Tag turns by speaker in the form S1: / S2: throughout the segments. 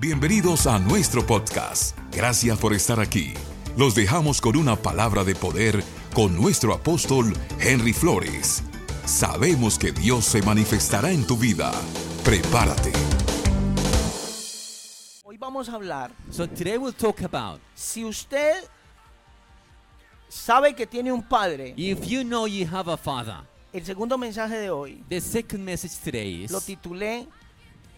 S1: Bienvenidos a nuestro podcast. Gracias por estar aquí. Los dejamos con una palabra de poder con nuestro apóstol Henry Flores. Sabemos que Dios se manifestará en tu vida. Prepárate.
S2: Hoy vamos a hablar,
S3: So today we'll talk about
S2: si usted sabe que tiene un padre,
S3: if you know you have a father.
S2: el segundo mensaje de hoy
S3: The second message today
S2: lo
S3: is
S2: titulé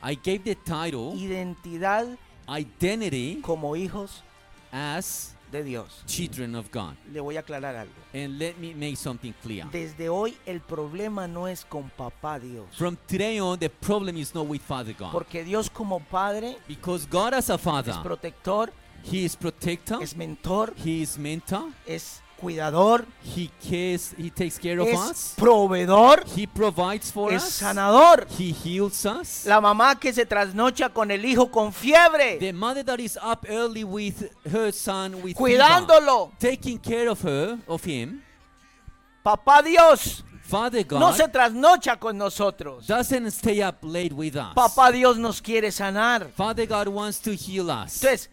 S3: I gave the title
S2: Identidad
S3: Identity
S2: como hijos
S3: as
S2: de Dios.
S3: Children of God.
S2: Le voy a aclarar algo.
S3: And let me make something clear.
S2: Desde hoy el problema no es con papá Dios,
S3: From today on, the problem is not with Father God. Ah.
S2: porque Dios como padre
S3: Because God as a
S2: es
S3: father,
S2: protector,
S3: He is protector,
S2: es mentor,
S3: He is mentor,
S2: es cuidador,
S3: He cares, He takes care of
S2: es
S3: us,
S2: proveedor,
S3: He provides for
S2: es
S3: us,
S2: sanador.
S3: He heals us.
S2: La mamá que se trasnocha con el hijo con fiebre,
S3: The mother that is up early with her son with fever,
S2: cuidándolo.
S3: taking care of her, of him,
S2: Papá Dios
S3: Father God
S2: no se trasnocha con nosotros.
S3: doesn't stay up late with us.
S2: Papá Dios nos quiere sanar.
S3: Father God wants to heal us.
S2: Entonces,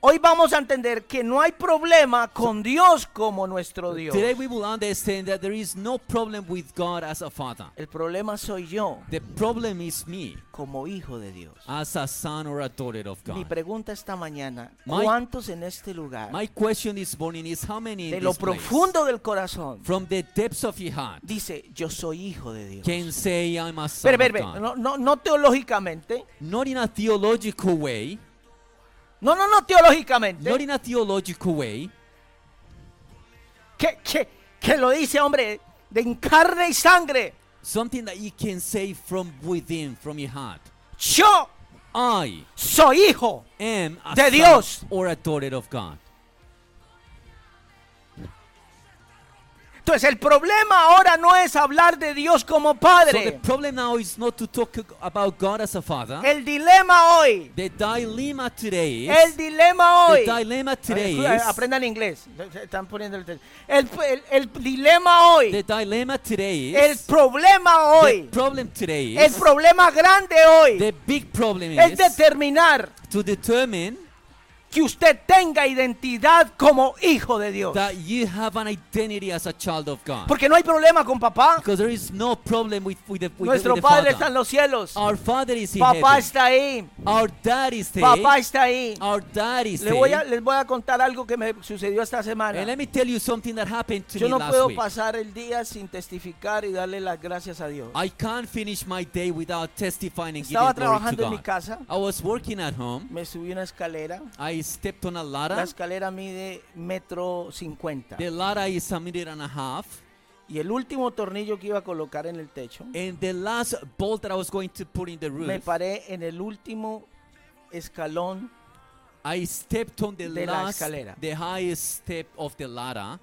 S2: hoy vamos a entender que no hay problema con Dios como nuestro Dios.
S3: Today we will understand that there is no problem with God as a father.
S2: El problema soy yo
S3: The problem is me
S2: como hijo de Dios.
S3: as a son or a daughter of
S2: Mi
S3: God.
S2: pregunta esta mañana,
S3: My-
S2: ¿cuántos en este lugar,
S3: My question this morning is how many in
S2: de lo
S3: this place,
S2: profundo del corazón,
S3: from the depths of your heart
S2: dice, yo soy hijo de Dios?
S3: can say I'm a son
S2: Pero, pero, pero,
S3: of God?
S2: no, no, no teológicamente,
S3: Not in a theological way,
S2: no, no, no teológicamente,
S3: not in a theological way,
S2: que, que, que lo dice, hombre, de en carne y sangre,
S3: something that you can say from within, from your heart.
S2: yo
S3: I
S2: soy hijo.
S3: am a
S2: De
S3: son
S2: Dios.
S3: or a daughter of God.
S2: Entonces el problema ahora no es hablar de Dios como
S3: So the
S2: Padre.
S3: problem now is not to talk about God as a father.
S2: El dilema hoy,
S3: the dilemma today
S2: el
S3: is
S2: dilema hoy.
S3: the dilemma today
S2: Ay,
S3: is
S2: Aprendan inglés. Están poniendo el, tel- el, el- el dilema hoy,
S3: the dilemma today
S2: el
S3: is
S2: problema
S3: the
S2: hoy,
S3: problem today
S2: el
S3: is
S2: problema grande hoy
S3: the big problem
S2: es
S3: is
S2: determinar
S3: to determine
S2: que usted tenga identidad como hijo de Dios.
S3: that you have an identity as a child of God.
S2: Porque no hay problema con papá.
S3: Because there is no problem with with the, with the-
S2: Nuestro
S3: with the
S2: Padre está en
S3: father.
S2: los cielos.
S3: Our father is in
S2: Papá
S3: heaven.
S2: está ahí.
S3: Our dad is there.
S2: Papá está ahí.
S3: Our dad is
S2: Le
S3: there.
S2: voy a- les voy a contar algo que me sucedió esta semana.
S3: And let me tell you something that happened to
S2: Yo
S3: me
S2: no
S3: last
S2: puedo
S3: week.
S2: pasar el día sin testificar y darle las gracias a Dios.
S3: I can't finish my day without testifying and
S2: Estaba
S3: giving glory to
S2: trabajando en
S3: God.
S2: mi casa.
S3: I was working at home.
S2: Me subí una escalera.
S3: I stepped on a ladder.
S2: La escalera mide metro cincuenta.
S3: The ladder is a minute and a half.
S2: Y el último tornillo que iba a colocar en el techo,
S3: And the last bolt that I was going to put in the
S2: me
S3: roof,
S2: paré en el último escalón
S3: I stepped on the
S2: De la
S3: last,
S2: escalera.
S3: the highest step of the ladder.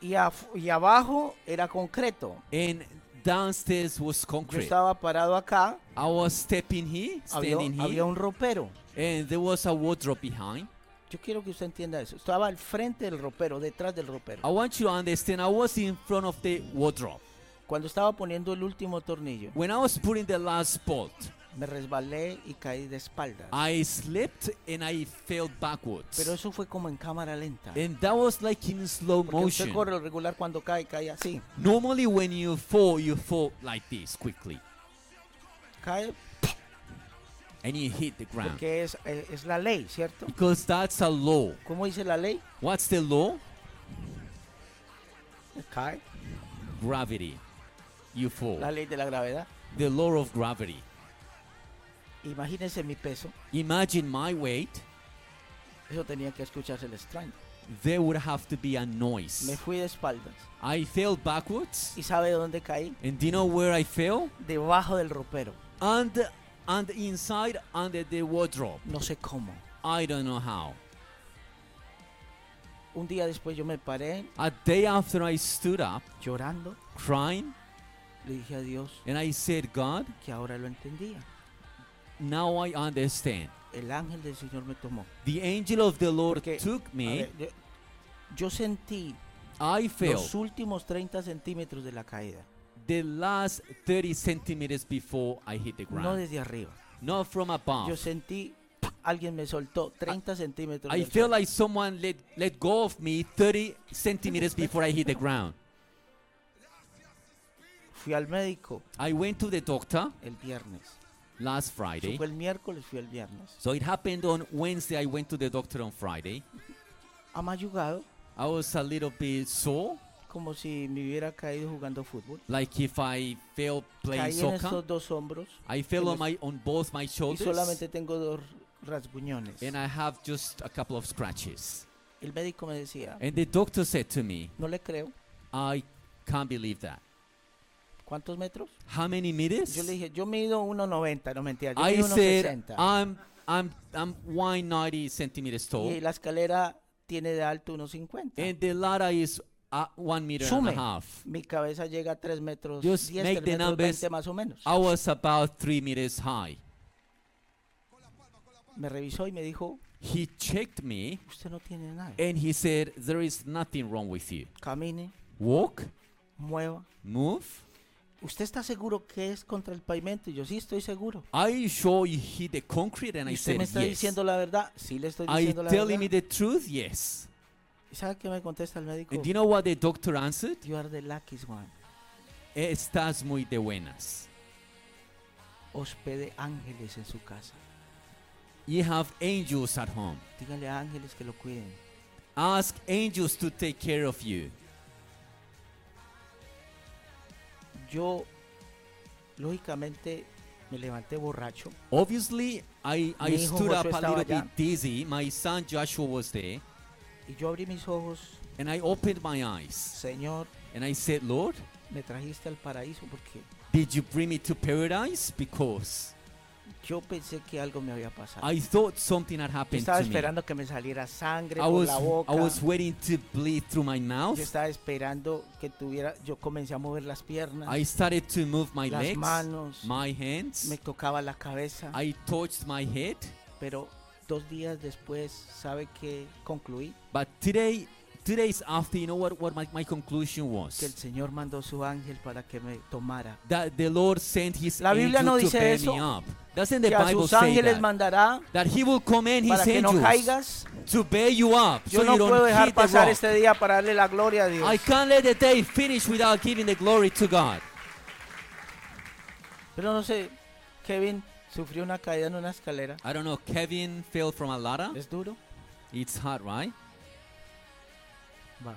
S2: y, af- y abajo era concreto.
S3: And downstairs was
S2: Yo
S3: concrete.
S2: estaba parado acá,
S3: I was stepping here,
S2: había,
S3: standing
S2: había
S3: here.
S2: un ropero.
S3: And there was a wardrobe behind.
S2: Yo quiero que usted entienda eso. Estaba al frente del ropero, detrás del
S3: I
S2: ropero.
S3: want you to understand, I was in front of the wardrobe.
S2: Cuando estaba poniendo el último tornillo,
S3: When I was putting the last bolt,
S2: me resbalé y caí de espaldas.
S3: I slipped and I fell backwards.
S2: Pero eso fue como en cámara lenta.
S3: And that was like in slow
S2: Porque usted
S3: motion.
S2: corre lo regular cuando cae, cae así.
S3: Normally, when you fall, you fall like this quickly
S2: Cae
S3: and you hit the ground.
S2: porque es, eh, es la ley, ¿cierto?
S3: Because that's a law.
S2: ¿Cómo dice la ley?
S3: What's the law?
S2: Cae.
S3: Gravity. You fall.
S2: La ley de la gravedad.
S3: The law of gravity.
S2: Imagínense mi peso.
S3: Imagine my weight.
S2: Eso tenía que escucharse el extraño.
S3: There would have to be a
S2: Me
S3: noise.
S2: fui de espaldas.
S3: I fell backwards.
S2: ¿Y sabe dónde caí?
S3: And do you know where I fell?
S2: Debajo del ropero.
S3: And, and inside, under the wardrobe.
S2: No sé cómo.
S3: I don't know how.
S2: Un día después yo me paré
S3: A day after I stood up,
S2: llorando.
S3: crying,
S2: Le dije a Dios
S3: and I said, God,
S2: que ahora lo entendía.
S3: now I understand.
S2: El ángel del Señor me tomó.
S3: The angel of the Lord
S2: Porque,
S3: took
S2: a
S3: me.
S2: ver, yo, yo sentí
S3: I fell
S2: los últimos 30 centímetros de la caída.
S3: the last 30 centimeters before I hit the
S2: No
S3: ground.
S2: desde arriba.
S3: Not from above.
S2: Yo sentí alguien me soltó 30 centímetros.
S3: Ah, I
S2: del
S3: feel
S2: suelo.
S3: like someone let, let go of me 30 centimeters before I hit the ground.
S2: Fui al médico
S3: I went to the doctor
S2: el viernes.
S3: last
S2: Eso
S3: Friday.
S2: fue el miércoles, fui el viernes.
S3: So it happened on Wednesday. I went to the doctor on Friday.
S2: Amayugado,
S3: I was a little bit sore,
S2: como si me hubiera caído jugando fútbol.
S3: like if I fell playing
S2: Caí en
S3: soccer.
S2: estos dos hombros
S3: I fell
S2: en
S3: on my on both my
S2: y
S3: shoulders,
S2: solamente tengo dos rasguñones.
S3: and I have just a couple of scratches.
S2: El médico me decía,
S3: And the doctor said to me,
S2: no le creo.
S3: "I can't believe that.
S2: ¿Cuántos metros?
S3: How many meters?"
S2: Yo le dije, yo mido 1,90, no mentira, yo
S3: I
S2: mido
S3: said,
S2: 1,60.
S3: "I'm I'm I'm 190 centimeters tall,
S2: Y la escalera tiene de alto 1,50.
S3: and the ladder is uh, one meter and
S2: Sume,
S3: a half.
S2: mi cabeza llega a 3 metros,
S3: Just
S2: 10,
S3: make
S2: 3
S3: the
S2: metros
S3: numbers
S2: 20 más o menos.
S3: I was about three meters high."
S2: Me revisó y me dijo,
S3: He checked me
S2: usted no tiene nada.
S3: and he said, "There is nothing wrong with you.
S2: Camine,
S3: Walk,
S2: mueva.
S3: move."
S2: ¿Usted está seguro que es contra el pavimento? Y yo sí estoy seguro.
S3: I sure you hit the concrete, and
S2: ¿Y
S3: I
S2: usted me está
S3: said, "Yes."
S2: diciendo la verdad? Sí, le estoy
S3: I
S2: diciendo la
S3: telling me
S2: verdad.
S3: the truth, yes.
S2: ¿Y ¿Sabe qué me contesta el médico?
S3: And do you know what the doctor answered?
S2: You are the luckiest one.
S3: Estás muy de buenas.
S2: Hospede ángeles en su casa.
S3: You have angels at home.
S2: Dígale a ángeles que lo cuiden.
S3: Ask angels to take care of you.
S2: Yo, lógicamente, me levanté borracho.
S3: Obviously, I, I
S2: Mi hijo
S3: stood up a
S2: Josué
S3: little
S2: estaba allá.
S3: bit dizzy. My son Joshua was there.
S2: Y yo abrí mis ojos.
S3: And I opened my eyes.
S2: Señor,
S3: And I said, Lord,
S2: me trajiste al paraíso porque
S3: did you bring me to paradise? Because
S2: yo pensé que algo me había pasado.
S3: I thought something had
S2: Yo
S3: happened
S2: estaba
S3: to me.
S2: esperando que me saliera sangre
S3: I
S2: por
S3: was,
S2: la boca.
S3: I was waiting to bleed through my
S2: Yo
S3: mouth.
S2: estaba esperando que tuviera, yo comencé a mover las piernas,
S3: I started to move my
S2: las
S3: legs,
S2: manos,
S3: my hands.
S2: me tocaba la cabeza,
S3: I touched my head,
S2: pero dos días después, ¿sabe qué concluí?
S3: but today, two days after, you know what, what my, my conclusion
S2: Que el
S3: was?
S2: Señor mandó su ángel para que me tomara.
S3: That the Lord sent His
S2: La Biblia
S3: angel
S2: no
S3: to
S2: dice
S3: bear
S2: eso.
S3: me up. Doesn't the
S2: Que a
S3: Bible
S2: sus
S3: say
S2: ángeles
S3: that?
S2: mandará
S3: That He will command His
S2: para que no
S3: angels
S2: caigas.
S3: to bear you up
S2: Yo
S3: so
S2: no
S3: you
S2: puedo
S3: don't
S2: dejar
S3: hit the
S2: pasar
S3: rock.
S2: este día para darle la gloria a Dios.
S3: I can't let the day finish without giving the glory to God.
S2: Pero no sé, Kevin sufrió una caída en una escalera.
S3: I don't know, Kevin fell from a ladder.
S2: ¿Es duro?
S3: It's hard, right?
S2: Va.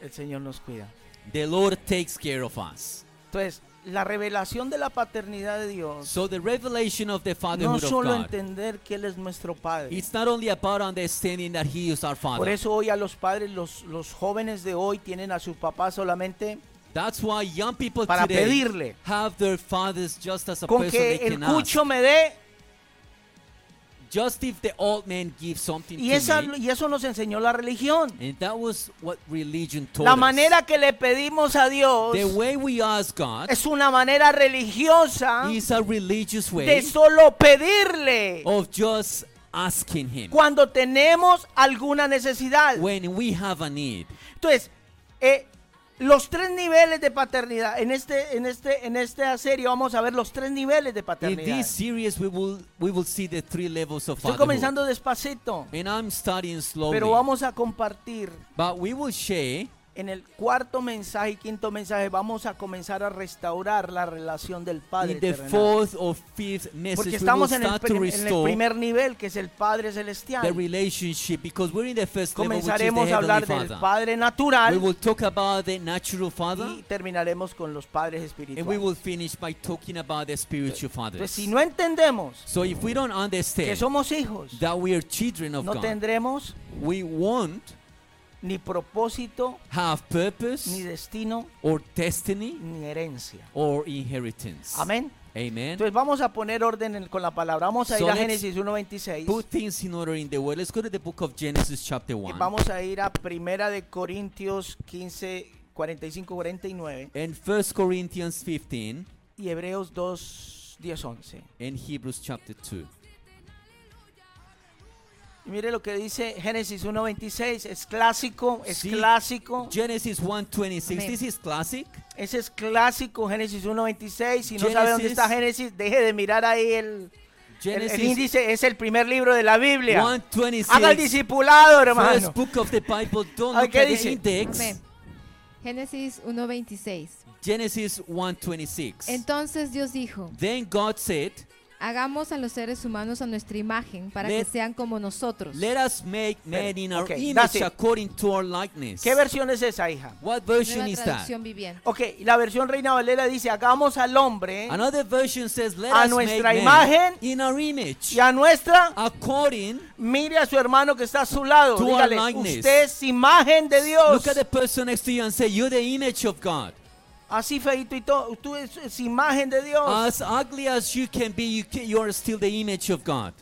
S2: El Señor nos cuida.
S3: The Lord takes care of us.
S2: Entonces, la revelación de la paternidad de Dios
S3: So the revelation of the
S2: no
S3: fatherhood of
S2: solo
S3: God.
S2: entender que Él es nuestro Padre.
S3: It's not only about understanding that He is our Father.
S2: Por eso hoy a los padres, los, los jóvenes de hoy tienen a su papá solamente
S3: That's why young people
S2: para
S3: today
S2: pedirle
S3: have their fathers just as a
S2: con
S3: person
S2: que
S3: they
S2: el
S3: can ask.
S2: cucho me dé.
S3: Just if the old man gives something
S2: Y,
S3: to
S2: esa,
S3: me.
S2: y eso nos enseñó la religión.
S3: And that was what religion taught
S2: La
S3: us.
S2: manera que le pedimos a Dios
S3: the way we ask God
S2: es una manera religiosa
S3: is a religious way
S2: de solo pedirle
S3: of just asking Him
S2: cuando tenemos alguna necesidad.
S3: when we have a need.
S2: Entonces, eh, los tres niveles de paternidad. En este, en este, en esta serie vamos a ver los tres niveles de
S3: In
S2: paternidad.
S3: this
S2: Estoy
S3: series, we will we will see the three levels of fatherhood.
S2: comenzando despacito,
S3: And I'm studying slowly.
S2: pero vamos a compartir
S3: But we will share
S2: en el cuarto mensaje y quinto mensaje. Vamos a comenzar a restaurar la relación del padre
S3: in the
S2: terrenal.
S3: fourth or fifth message,
S2: Porque
S3: we will
S2: estamos en el,
S3: start to
S2: prim- en el
S3: restore
S2: primer nivel que es el Padre
S3: the
S2: Celestial.
S3: relationship because we're in the first level, which is the
S2: Comenzaremos a
S3: Heavenly
S2: hablar del
S3: Father.
S2: Padre
S3: We
S2: Natural
S3: will talk about the natural Father,
S2: y terminaremos con los padres
S3: and we
S2: espirituales.
S3: will finish by talking about the spiritual Father.
S2: Entonces, si no entendemos
S3: so if we don't
S2: que
S3: understand
S2: somos hijos,
S3: that we are children of
S2: no
S3: God,
S2: tendremos
S3: we won't
S2: ni propósito,
S3: have purpose
S2: ni destino,
S3: or destiny
S2: ni herencia.
S3: or inheritance.
S2: Amén.
S3: Amen.
S2: Entonces vamos a poner orden en- con la palabra. Vamos a
S3: So
S2: ir a
S3: let's
S2: Génesis
S3: Put
S2: 1.26
S3: things in order in the world. Let's go to the book of Genesis, chapter
S2: y
S3: 1.
S2: vamos a ir a Primera de Corintios 15, 45, 49
S3: And First Corinthians 15
S2: y Hebreos 2, 10, 11.
S3: and Hebrews chapter 2.
S2: Y mire lo que dice Génesis 1.26, es clásico, es
S3: Sí.
S2: clásico.
S3: Genesis 1:26.
S2: Amén.
S3: This is classic.
S2: Ese es clásico, Génesis 1.26. Si no sabe dónde
S3: Génesis.
S2: está Génesis, deje de mirar ahí el, El, el
S3: Genesis
S2: índice es el primer libro de la Biblia.
S3: 126.
S2: Haga el discipulado, hermano.
S3: First book of the Bible, don't
S2: Ay,
S3: look
S2: ¿qué
S3: at
S2: dice?
S3: the index.
S4: Amén. Génesis 1.26.
S3: Genesis 1:26.
S4: Entonces Dios dijo,
S3: Then God said,
S4: hagamos a los seres humanos a nuestra imagen para
S3: Let-
S4: que sean como nosotros.
S3: "Let us make man in our
S2: Okay, that's
S3: image
S2: it.
S3: according to our likeness."
S2: ¿Qué versión es esa, hija?
S3: What version
S4: Nueva
S3: is that?
S4: traducción viviente.
S2: Ok, la versión Reina Valera dice, hagamos al hombre
S3: Another version says, "Let
S2: A
S3: us make
S2: nuestra
S3: man
S2: imagen
S3: in our image
S2: y a nuestra,
S3: according."
S2: mire a su hermano que está a su lado.
S3: To
S2: Dígale,
S3: our likeness.
S2: usted es imagen de Dios.
S3: Look at the person next to you and say, "You're the image of God."
S2: Así feito y todo. Tú es, es imagen de Dios.
S3: As ugly as you can be, you, ca- you are still the image of God.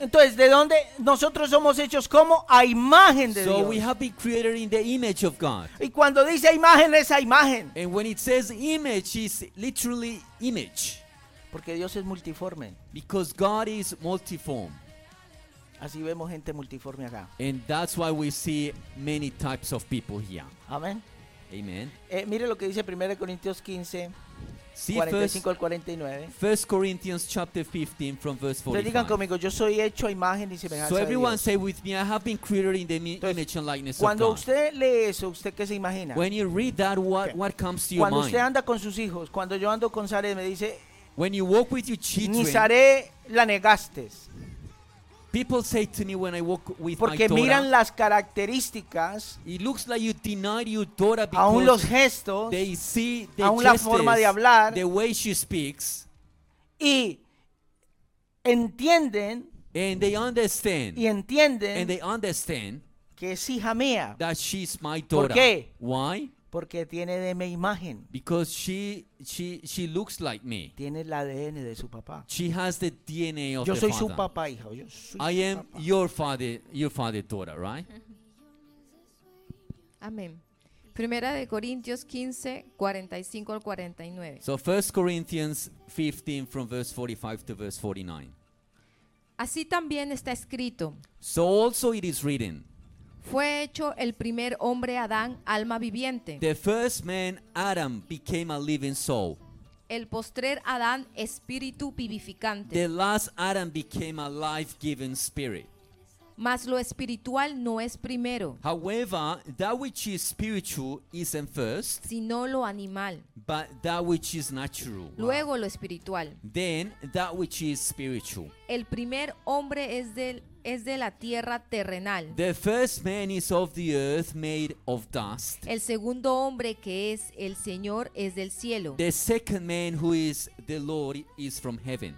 S2: Entonces, ¿de dónde nosotros somos hechos como? A imagen de
S3: So we
S2: Dios.
S3: have been created in the image of God.
S2: Y cuando dice imagen, es a imagen.
S3: And when it says image, it's literally image.
S2: Porque Dios es multiforme.
S3: Because God is multiform.
S2: Así vemos gente multiforme acá.
S3: And that's why we see many types of people here.
S2: Amén.
S3: Amen.
S2: Eh, mire lo que dice 1 Corintios 15,
S3: See
S2: 45
S3: first,
S2: al 49.
S3: first Corinthians chapter 15 from verse
S2: Entonces digan
S3: 45.
S2: conmigo, yo soy hecho a imagen y semejanza
S3: So
S2: de
S3: everyone
S2: Dios.
S3: say with me, I have been created in the mi-
S2: Entonces,
S3: image and likeness of
S2: Cuando
S3: God.
S2: usted lee eso, ¿usted qué se imagina?
S3: When you read that, what,
S2: Okay.
S3: what comes to your
S2: Cuando usted
S3: mind?
S2: anda con sus hijos, cuando yo ando con Sare, me dice,
S3: When you walk with your
S2: ni
S3: children,
S2: Sare la negaste.
S3: people say to me when I walk with my
S2: Porque miran
S3: daughter,
S2: las características,
S3: it looks like you denied your daughter
S2: aún los
S3: because
S2: gestos
S3: they see the
S2: aún la forma de
S3: gestures,
S2: hablar.
S3: the way she speaks,
S2: y entienden
S3: and they understand.
S2: y
S3: and
S2: entienden
S3: they understand
S2: que es hija mía
S3: that she's my daughter.
S2: qué?
S3: Why?
S2: porque tiene de mi imagen,
S3: Because she she she looks like me.
S2: tiene el ADN de su papá.
S3: She has the DNA of
S2: Yo
S3: the
S2: soy
S3: father.
S2: su papá, hijo. Yo soy
S3: I
S2: su
S3: am
S2: papá.
S3: your father, your father daughter, right?
S4: Amén. Primera de Corintios 15, 45 al 49.
S3: So First Corinthians 15 from verse 45 to verse 49.
S4: Así también está escrito,
S3: So also it is written,
S4: fue hecho el primer hombre Adán, alma viviente.
S3: the first man Adam became a living soul.
S4: El postrer Adán, espíritu
S3: The
S4: vivificante.
S3: last Adam became a life-giving spirit.
S4: Mas lo espiritual no es primero,
S3: However, that which is spiritual isn't first,
S4: sino lo animal.
S3: but that which is natural.
S4: Luego lo espiritual.
S3: Then that which is spiritual.
S4: El primer hombre es, del, es de la tierra terrenal.
S3: The first man is of the earth, made of dust.
S4: El segundo hombre que es el Señor es del cielo.
S3: The second man, who is the Lord, is from heaven.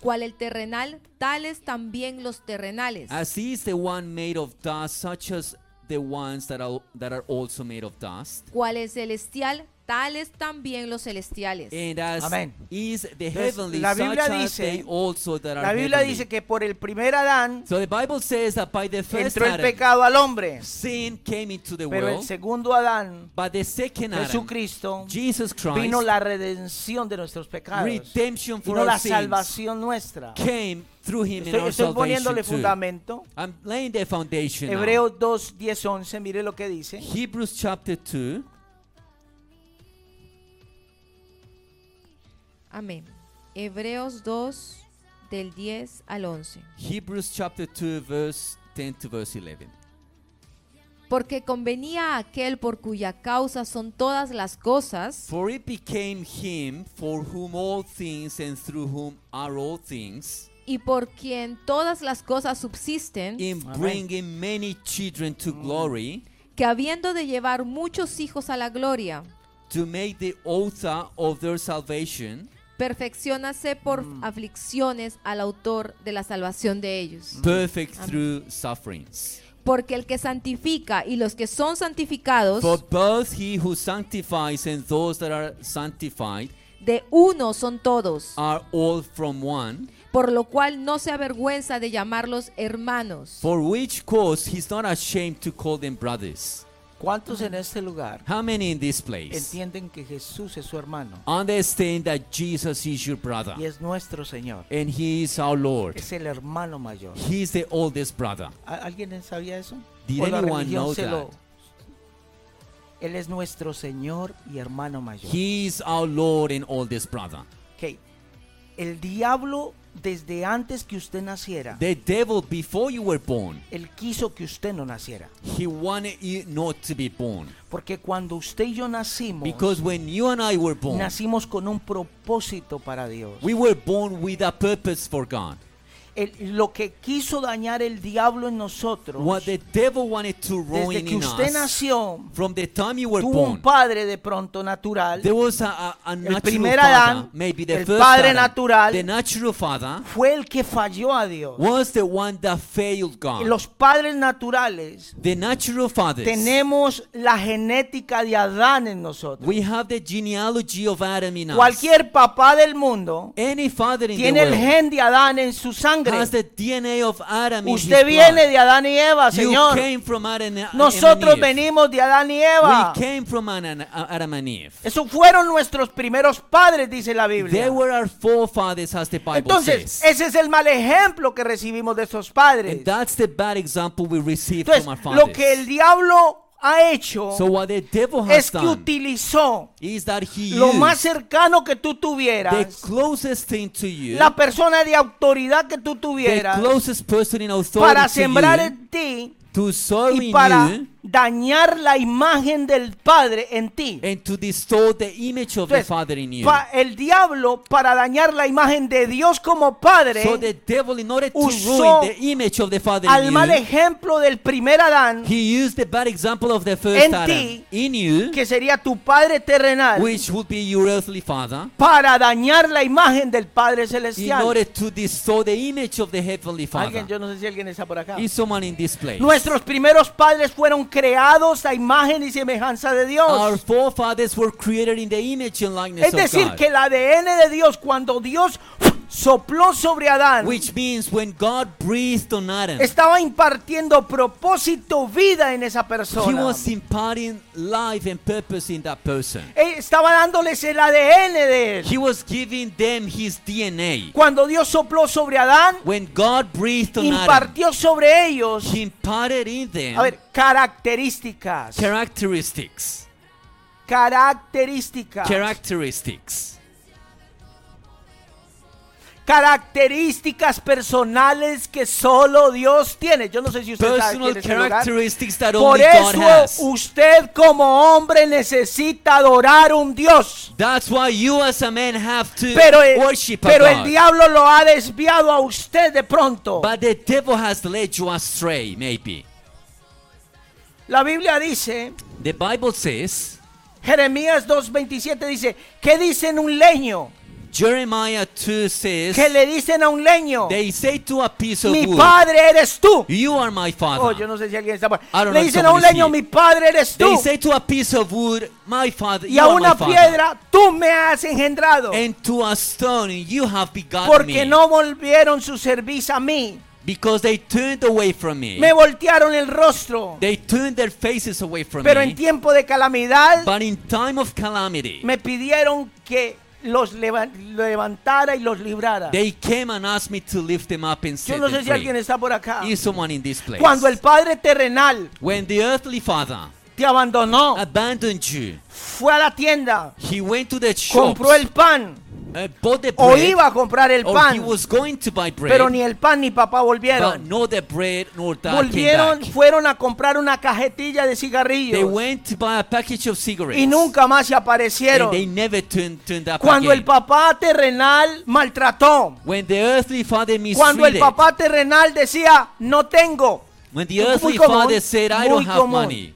S4: Cual el terrenal, tales también los terrenales.
S3: As he is the one made of dust, such as the ones that are, that are also made of dust.
S4: Cual el celestial, tales también los celestiales.
S3: And as
S2: Amén.
S3: is the
S2: Entonces,
S3: heavenly,
S2: la
S3: such
S2: Biblia
S3: as
S2: dice-
S3: they also that are
S2: La Biblia
S3: heavenly.
S2: dice que por el primer Adán
S3: so the Bible says that by the first
S2: entró el
S3: Adam,
S2: pecado al hombre,
S3: sin came into the
S2: pero el
S3: world.
S2: segundo Adán,
S3: But the second Adam,
S2: Jesucristo,
S3: Jesus Christ,
S2: vino la redención de nuestros pecados,
S3: redemption for
S2: vino
S3: our
S2: la
S3: sins.
S2: salvación nuestra.
S3: came through him in
S2: Estoy,
S3: our
S2: estoy
S3: salvation
S2: poniéndole
S3: too.
S2: fundamento.
S3: I'm laying the foundation now.
S2: Hebreos 2, 10, 11, mire lo que dice.
S3: Hebrews chapter 2
S4: Amén. Hebreos 2, del 10 al 11.
S3: Hebrews chapter 2 verse 10 to verse 11
S4: Porque convenía a aquel por cuya causa son todas las cosas,
S3: For it became him for whom all things and through whom are all things
S4: y por quien todas las cosas subsisten,
S3: in bringing many children
S2: Mm.
S3: to glory
S4: que habiendo de llevar muchos hijos a la gloria,
S3: to make the author of their salvation
S4: perfeccionase por aflicciones al autor de la salvación de ellos.
S3: Mm. perfect through sufferings
S4: Porque el que santifica y los que son santificados,
S3: For both he who sanctifies and those that are sanctified
S4: de uno son todos,
S3: are all from one
S4: por lo cual no se avergüenza de llamarlos hermanos.
S3: For which cause he's not ashamed to call them brothers.
S2: ¿Cuántos en este lugar
S3: How many in this place
S2: entienden que Jesús es su hermano
S3: understand that Jesus is your brother
S2: y es nuestro Señor?
S3: and he is our Lord?
S2: Es el hermano mayor.
S3: He's the oldest brother.
S2: ¿A- ¿Alguien sabía eso?
S3: Did
S2: ¿O la
S3: anyone
S2: religión
S3: know
S2: se
S3: that?
S2: lo- Él es nuestro Señor y hermano mayor.
S3: He is our Lord and oldest brother.
S2: Ok. El diablo desde antes que usted naciera.
S3: The devil, before you were born,
S2: Él quiso que usted no naciera.
S3: he wanted you not to be born.
S2: Porque cuando usted y yo nacimos,
S3: Because when you and I were born,
S2: nacimos con un propósito para Dios.
S3: we were born with a purpose for God.
S2: El- lo que quiso dañar el diablo en nosotros,
S3: What the devil wanted to
S2: desde
S3: ruin
S2: que
S3: in
S2: usted
S3: us,
S2: nació,
S3: from the time you were
S2: tuvo un
S3: born,
S2: padre de pronto natural,
S3: there was a, a, a natural
S2: primer
S3: father,
S2: Adán,
S3: maybe the
S2: el
S3: first
S2: padre
S3: Adam,
S2: natural,
S3: the natural father
S2: fue el que falló a Dios.
S3: was the one that failed God.
S2: Y los padres naturales
S3: the natural fathers,
S2: tenemos la genética de Adán en nosotros.
S3: we have the genealogy of Adam in us.
S2: Cualquier papá del mundo
S3: Any father in
S2: tiene
S3: the
S2: el
S3: world
S2: gen de Adán en su sangre.
S3: has the DNA of Adam in his
S2: Usted viene
S3: blood.
S2: de Adán y Eva,
S3: You
S2: Señor.
S3: came from Adam and
S2: Nosotros
S3: Eve.
S2: venimos de Adán y Eva.
S3: We came from Ana- Adam and Eve.
S2: Esos fueron nuestros primeros padres, dice la
S3: They
S2: Biblia.
S3: were our forefathers, as the Bible
S2: Entonces,
S3: says.
S2: ese es el mal ejemplo que recibimos de esos padres.
S3: And that's the bad example we received
S2: Entonces,
S3: from our fathers.
S2: lo que el diablo ha hecho
S3: so what the devil has
S2: es que
S3: done
S2: utilizó
S3: is that he
S2: lo
S3: used
S2: más cercano que tú
S3: the
S2: tuvieras,
S3: closest thing to you,
S2: la persona de autoridad que tú
S3: the
S2: tuvieras,
S3: closest person in authority
S2: para
S3: to
S2: sembrar
S3: you,
S2: en ti
S3: to sow in
S2: y para
S3: you
S2: dañar la imagen del Padre en ti.
S3: and to distort the image of the
S2: Entonces,
S3: Father in you.
S2: pa- el diablo para dañar la imagen de Dios como Padre
S3: So the devil, in order to
S2: usó
S3: ruin the image of the Father
S2: al
S3: in
S2: mal
S3: you,
S2: ejemplo del primer Adán,
S3: he used the bad example of the first
S2: En
S3: Adam
S2: ti,
S3: in you,
S2: que sería tu Padre terrenal,
S3: which would be your earthly father,
S2: para dañar la imagen del Padre
S3: in
S2: celestial.
S3: order to distort the image of the heavenly
S2: Alguien, yo
S3: father.
S2: no sé si alguien está por acá.
S3: Is someone in this place?
S2: Nuestros primeros padres fueron creados a imagen y semejanza de
S3: Our
S2: Dios.
S3: forefathers were created in the image and likeness
S2: Es decir,
S3: of God.
S2: que el ADN de Dios, cuando Dios sopló sobre Adán,
S3: Which means when God breathed on Adam,
S2: estaba impartiendo propósito, vida en esa
S3: He
S2: persona.
S3: was imparting life and purpose in that person.
S2: Eh, Estaba dándoles el ADN de él.
S3: He was giving them His DNA.
S2: Cuando Dios sopló sobre Adán,
S3: When God breathed on Adam,
S2: impartió sobre ellos,
S3: He imparted in them
S2: a ver, características.
S3: characteristics.
S2: Características.
S3: Characteristics.
S2: Características personales que solo Dios tiene. Yo no sé si usted sabe
S3: Personal
S2: quién es el hogar.
S3: characteristics that
S2: Por
S3: only God has.
S2: eso usted como hombre necesita adorar un Dios.
S3: That's why you as a man have to
S2: Pero el,
S3: worship a
S2: pero el
S3: God.
S2: diablo lo ha desviado a usted de pronto.
S3: But the devil has led you astray, maybe.
S2: La Biblia dice,
S3: The Bible says,
S2: Jeremías 2.27 dice, ¿qué dicen un leño?
S3: Jeremiah 2 says,
S2: ¿Qué le dicen a un leño?
S3: They say to a piece of
S2: Mi
S3: wood,
S2: padre eres tú.
S3: You are my father.
S2: Oh, yo no sé si alguien está... por-
S3: I don't
S2: Le
S3: know if
S2: dicen a un
S3: someone is
S2: leño,
S3: here.
S2: mi padre eres
S3: They
S2: tú.
S3: say to a piece of wood, My father,
S2: Y
S3: you
S2: a
S3: are
S2: una
S3: my father.
S2: piedra, tú me has engendrado.
S3: And to a stone, you have begotten
S2: Porque
S3: me.
S2: no volvieron su servicio a mí.
S3: Because they turned away from me.
S2: Me voltearon el rostro.
S3: They turned their faces away from
S2: Pero
S3: me.
S2: en tiempo de calamidad
S3: But in time of calamity,
S2: me pidieron que los leva- levantara y los librara.
S3: they came and asked me to lift them up and
S2: Yo
S3: set
S2: no
S3: them
S2: sé si
S3: free.
S2: alguien está por acá.
S3: Is someone in this place?
S2: Ah. Cuando el Padre terrenal
S3: When the earthly father
S2: te abandonó,
S3: abandoned you,
S2: fue a la tienda,
S3: he went to the shop,
S2: compró el pan
S3: bought the
S2: o
S3: bread,
S2: iba a comprar el
S3: or he
S2: pan,
S3: was going to buy bread,
S2: pero ni el pan ni papá
S3: but
S2: volvieron.
S3: nor the bread nor that came
S2: Volvieron,
S3: back.
S2: fueron a comprar una cajetilla de
S3: They
S2: cigarrillos
S3: went to buy a package of cigarettes,
S2: y nunca más se
S3: and
S2: aparecieron.
S3: they never turned, turned up
S2: Cuando
S3: again.
S2: el papá terrenal maltrató,
S3: when the earthly father
S2: cuando el
S3: mistreated,
S2: papá terrenal decía, no tengo,
S3: when the
S2: Muy
S3: earthly
S2: común,
S3: father said, I
S2: muy
S3: don't have
S2: común.
S3: money,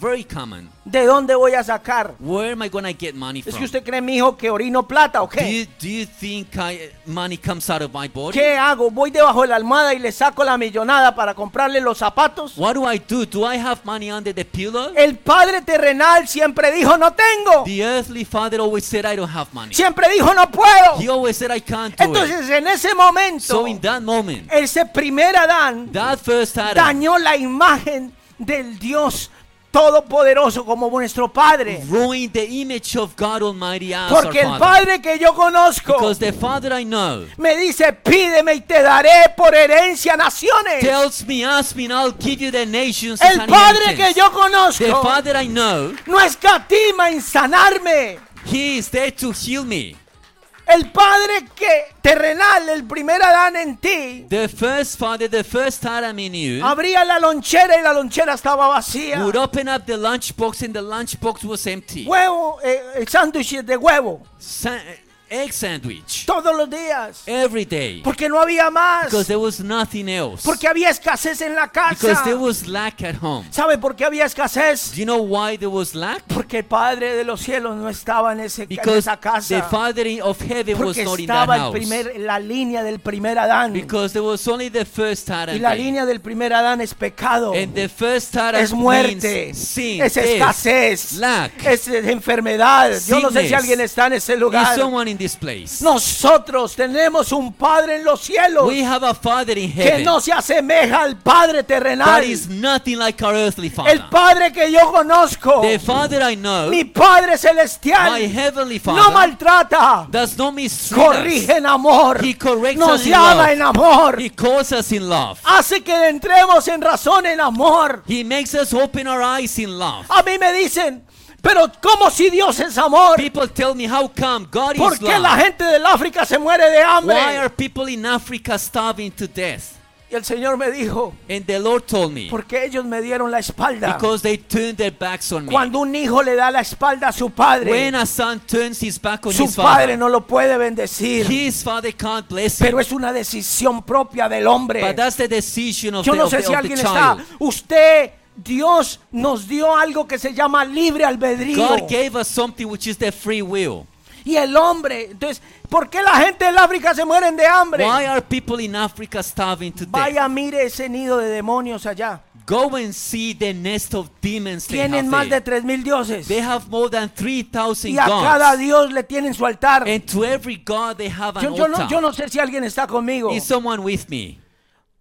S3: very common.
S2: ¿de dónde voy a sacar?
S3: Where am I going to get money
S2: Es
S3: from?
S2: que usted cree, mi hijo, que orino plata, ¿o
S3: do,
S2: qué?
S3: you, do you think I, money comes out of my body?
S2: ¿Qué hago? ¿Voy debajo de la almohada y le saco la millonada para comprarle los zapatos?
S3: What do I do? Do I have money under the pillow?
S2: El padre terrenal siempre dijo, no tengo.
S3: The earthly father always said, I don't have money.
S2: Siempre dijo, no puedo.
S3: He always said, I can't do it.
S2: Entonces, en ese momento,
S3: So in that moment,
S2: ese primer Adán
S3: that first Adam
S2: dañó la imagen del Dios Todopoderoso como nuestro Padre.
S3: ruined the image of God Almighty as our
S2: Porque el
S3: father.
S2: Padre que yo conozco
S3: Because the father I know
S2: me dice, pídeme y te daré por herencia naciones.
S3: tells me, ask me, and I'll give you the nations as
S2: El
S3: an
S2: Padre que
S3: inheritance.
S2: yo
S3: The
S2: conozco
S3: father I know,
S2: no escatima en sanarme.
S3: he is there to heal me.
S2: El padre que terrenal, el primer Adán en ti,
S3: The first father, the first Adam in you,
S2: abría la lonchera y la lonchera estaba vacía.
S3: would open up the lunchbox and the lunchbox was empty.
S2: Huevo, eh, eh, sándwiches de huevo,
S3: Sa- egg sandwich
S2: todos los días.
S3: every day
S2: Porque no había más.
S3: because there was nothing else.
S2: Porque había escasez en la
S3: Because
S2: casa.
S3: there was lack at home.
S2: ¿Sabe por qué había escasez?
S3: Do you know why there was lack?
S2: Porque el Padre de los cielos no estaba en, ese, en
S3: Because
S2: esa
S3: the
S2: casa.
S3: father in- of heaven was
S2: Porque
S3: not in that
S2: estaba el
S3: house.
S2: primer, la línea del primer Adán.
S3: Because there was only the first Adam.
S2: Y la
S3: there.
S2: línea del primer Adán es pecado.
S3: And the first Adam
S2: es muerte,
S3: means sin,
S2: es
S3: death,
S2: escasez,
S3: lack.
S2: es enfermedad. Yo no sé si
S3: Sickness.
S2: alguien está en ese
S3: Is
S2: lugar.
S3: someone in this place?
S2: Nosotros tenemos un Padre en los cielos
S3: We have a father in
S2: que
S3: heaven
S2: no se asemeja al Padre
S3: that
S2: terrenal.
S3: is nothing like our earthly father.
S2: El Padre que yo conozco,
S3: The father I know,
S2: mi Padre
S3: my
S2: celestial,
S3: heavenly
S2: no
S3: father,
S2: maltrata,
S3: does not mistreat us.
S2: corrige en amor,
S3: He corrects
S2: nos
S3: us in
S2: llama
S3: love.
S2: en amor,
S3: He calls us in love.
S2: hace que entremos en razón en amor.
S3: He makes us open our eyes in love.
S2: A mí me dicen, pero ¿cómo si Dios es amor?
S3: People tell me how come God
S2: ¿Por
S3: is
S2: qué
S3: love.
S2: la gente del África se muere de
S3: Why are
S2: hambre?
S3: people in Africa starving to death?
S2: Y el Señor me dijo,
S3: And the Lord told me,
S2: porque ellos me dieron la espalda.
S3: because they turned their backs on me.
S2: Cuando un hijo le da la espalda a su padre,
S3: When a son turns his back on
S2: su
S3: his father,
S2: padre no lo puede bendecir.
S3: his father can't bless him.
S2: Pero es una decisión propia del
S3: But
S2: hombre.
S3: that's the decision of
S2: Yo
S3: the,
S2: no
S3: of
S2: sé
S3: the-
S2: si
S3: of the
S2: alguien está.
S3: child.
S2: Usted, Dios nos dio algo que se llama libre albedrío.
S3: God gave us something which is the free will.
S2: Y el hombre, entonces, ¿por qué la gente del África se mueren de hambre?
S3: Why are people in Africa starving to death?
S2: Vaya, mire ese nido de demonios allá.
S3: Go and see the nest of demons they
S2: Tienen
S3: have
S2: más de
S3: there.
S2: 3000 dioses.
S3: They have more than 3,000
S2: y a cada
S3: gods.
S2: Dios le tienen su altar.
S3: And to every god they have an
S2: Yo, yo no, yo
S3: altar.
S2: no sé si alguien está conmigo.
S3: Is someone with me?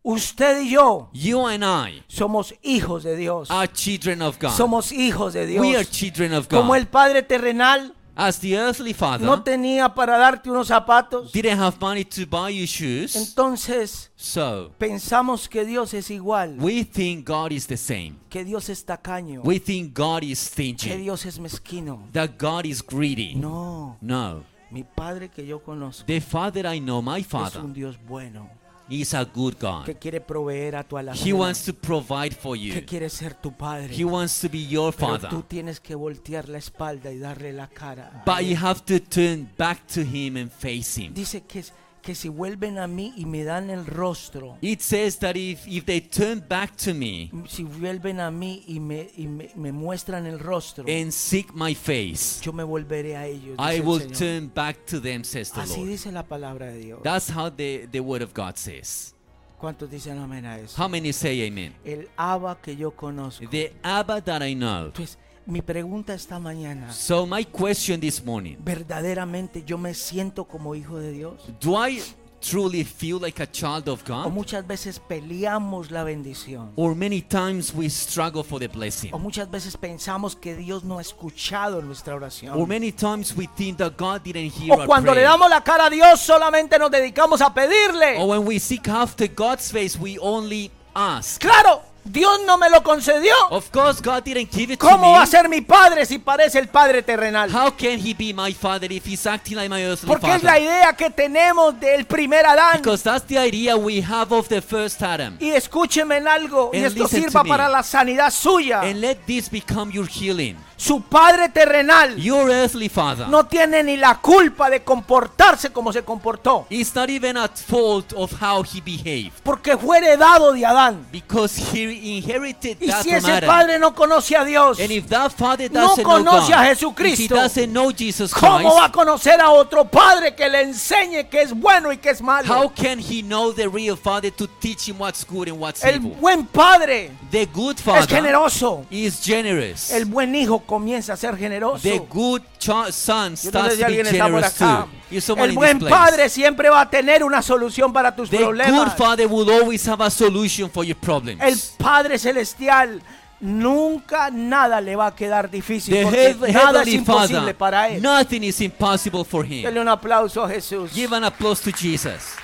S2: Usted y yo
S3: You and I
S2: somos hijos de Dios.
S3: are children of Ah, God.
S2: Somos hijos de
S3: We are
S2: Dios.
S3: children of
S2: Como el
S3: God.
S2: Padre terrenal
S3: As the earthly father
S2: no tenía para darte unos zapatos,
S3: didn't have money to buy you shoes,
S2: entonces
S3: so
S2: pensamos que Dios es igual,
S3: we think God is the same.
S2: que Dios es tacaño,
S3: We think God is
S2: que
S3: stingy,
S2: Dios es mezquino.
S3: that God is greedy.
S2: No,
S3: No.
S2: mi Padre que yo conozco
S3: The father I know, my
S2: es
S3: father,
S2: un Dios bueno,
S3: is a good God.
S2: que quiere proveer a tu
S3: He
S2: alacena,
S3: wants to provide for
S2: que
S3: you.
S2: quiere ser tu Padre.
S3: He wants to be your
S2: Pero
S3: father.
S2: tú tienes que voltear la espalda y darle la cara.
S3: But you have to turn back to him and face him.
S2: Dice que, es- que si vuelven a mí y me dan el rostro,
S3: It says that if, if they turn back to me
S2: si vuelven a mí y me, y me, me muestran el rostro,
S3: and seek my face,
S2: yo me volveré a ellos. dice
S3: I
S2: el
S3: will
S2: Señor.
S3: turn back to them, says the
S2: Así
S3: Lord.
S2: dice la palabra de Dios.
S3: That's how the, the word of God says.
S2: ¿Cuántos dicen amén a eso?
S3: How many say amen?
S2: El Abba que yo conozco.
S3: The Abba that I know.
S2: Entonces, mi pregunta esta mañana,
S3: So my question this morning,
S2: ¿verdaderamente yo me siento como hijo de Dios?
S3: do I truly feel like a child of
S2: O
S3: God?
S2: muchas veces peleamos la bendición.
S3: Or many times we struggle for the blessing.
S2: O muchas veces pensamos que Dios no ha escuchado nuestra oración.
S3: Or many times we think that God didn't hear
S2: O
S3: our
S2: cuando le
S3: prayer.
S2: damos la cara a Dios solamente nos dedicamos a
S3: Or
S2: pedirle.
S3: when we seek after God's face, we only ask.
S2: Claro, Dios no me lo concedió.
S3: Of course, God didn't give it to
S2: ¿Cómo va a
S3: me.
S2: ser mi padre si parece el padre terrenal?
S3: How can he be my father if he's acting like my earthly
S2: Porque es la
S3: father?
S2: idea que tenemos del primer Adán.
S3: Because that's the idea we have of the first Adam.
S2: Y escúcheme en algo, y
S3: And
S2: esto
S3: listen to
S2: sirva
S3: me.
S2: para la sanidad suya.
S3: And let this become your healing.
S2: Su padre terrenal
S3: Your earthly father
S2: no tiene ni la culpa de comportarse como se comportó,
S3: is not even at fault of how he behaved.
S2: porque fue heredado de Adán.
S3: Because he inherited
S2: Y
S3: that
S2: si
S3: from
S2: ese
S3: Adam.
S2: padre no conoce a Dios,
S3: And if that father
S2: No
S3: doesn't know
S2: conoce
S3: God,
S2: a
S3: if he
S2: Jesucristo,
S3: doesn't know Jesus
S2: ¿Cómo va a
S3: Christ,
S2: conocer a otro padre que le enseñe que es bueno y que es
S3: how
S2: malo?
S3: can he know the real father to teach him what's good and what's
S2: El
S3: evil?
S2: buen padre
S3: The good
S2: es
S3: father
S2: generoso.
S3: is generous.
S2: El buen hijo comienza a ser generoso.
S3: The good ch-
S2: Yo
S3: son
S2: no sé
S3: starts
S2: si
S3: to be
S2: alguien está por
S3: generous too.
S2: acá.
S3: Is someone
S2: El
S3: in this
S2: buen
S3: place?
S2: padre siempre va a tener una solución para tus
S3: The good
S2: problemas.
S3: father will always have a solution for your problems.
S2: El Padre Celestial nunca nada le va a quedar difícil.
S3: the
S2: porque
S3: heav-
S2: nada es
S3: heavenly
S2: imposible
S3: father,
S2: para él.
S3: nothing is impossible for him.
S2: Dale un aplauso a Jesús.
S3: Give an applause to Jesus.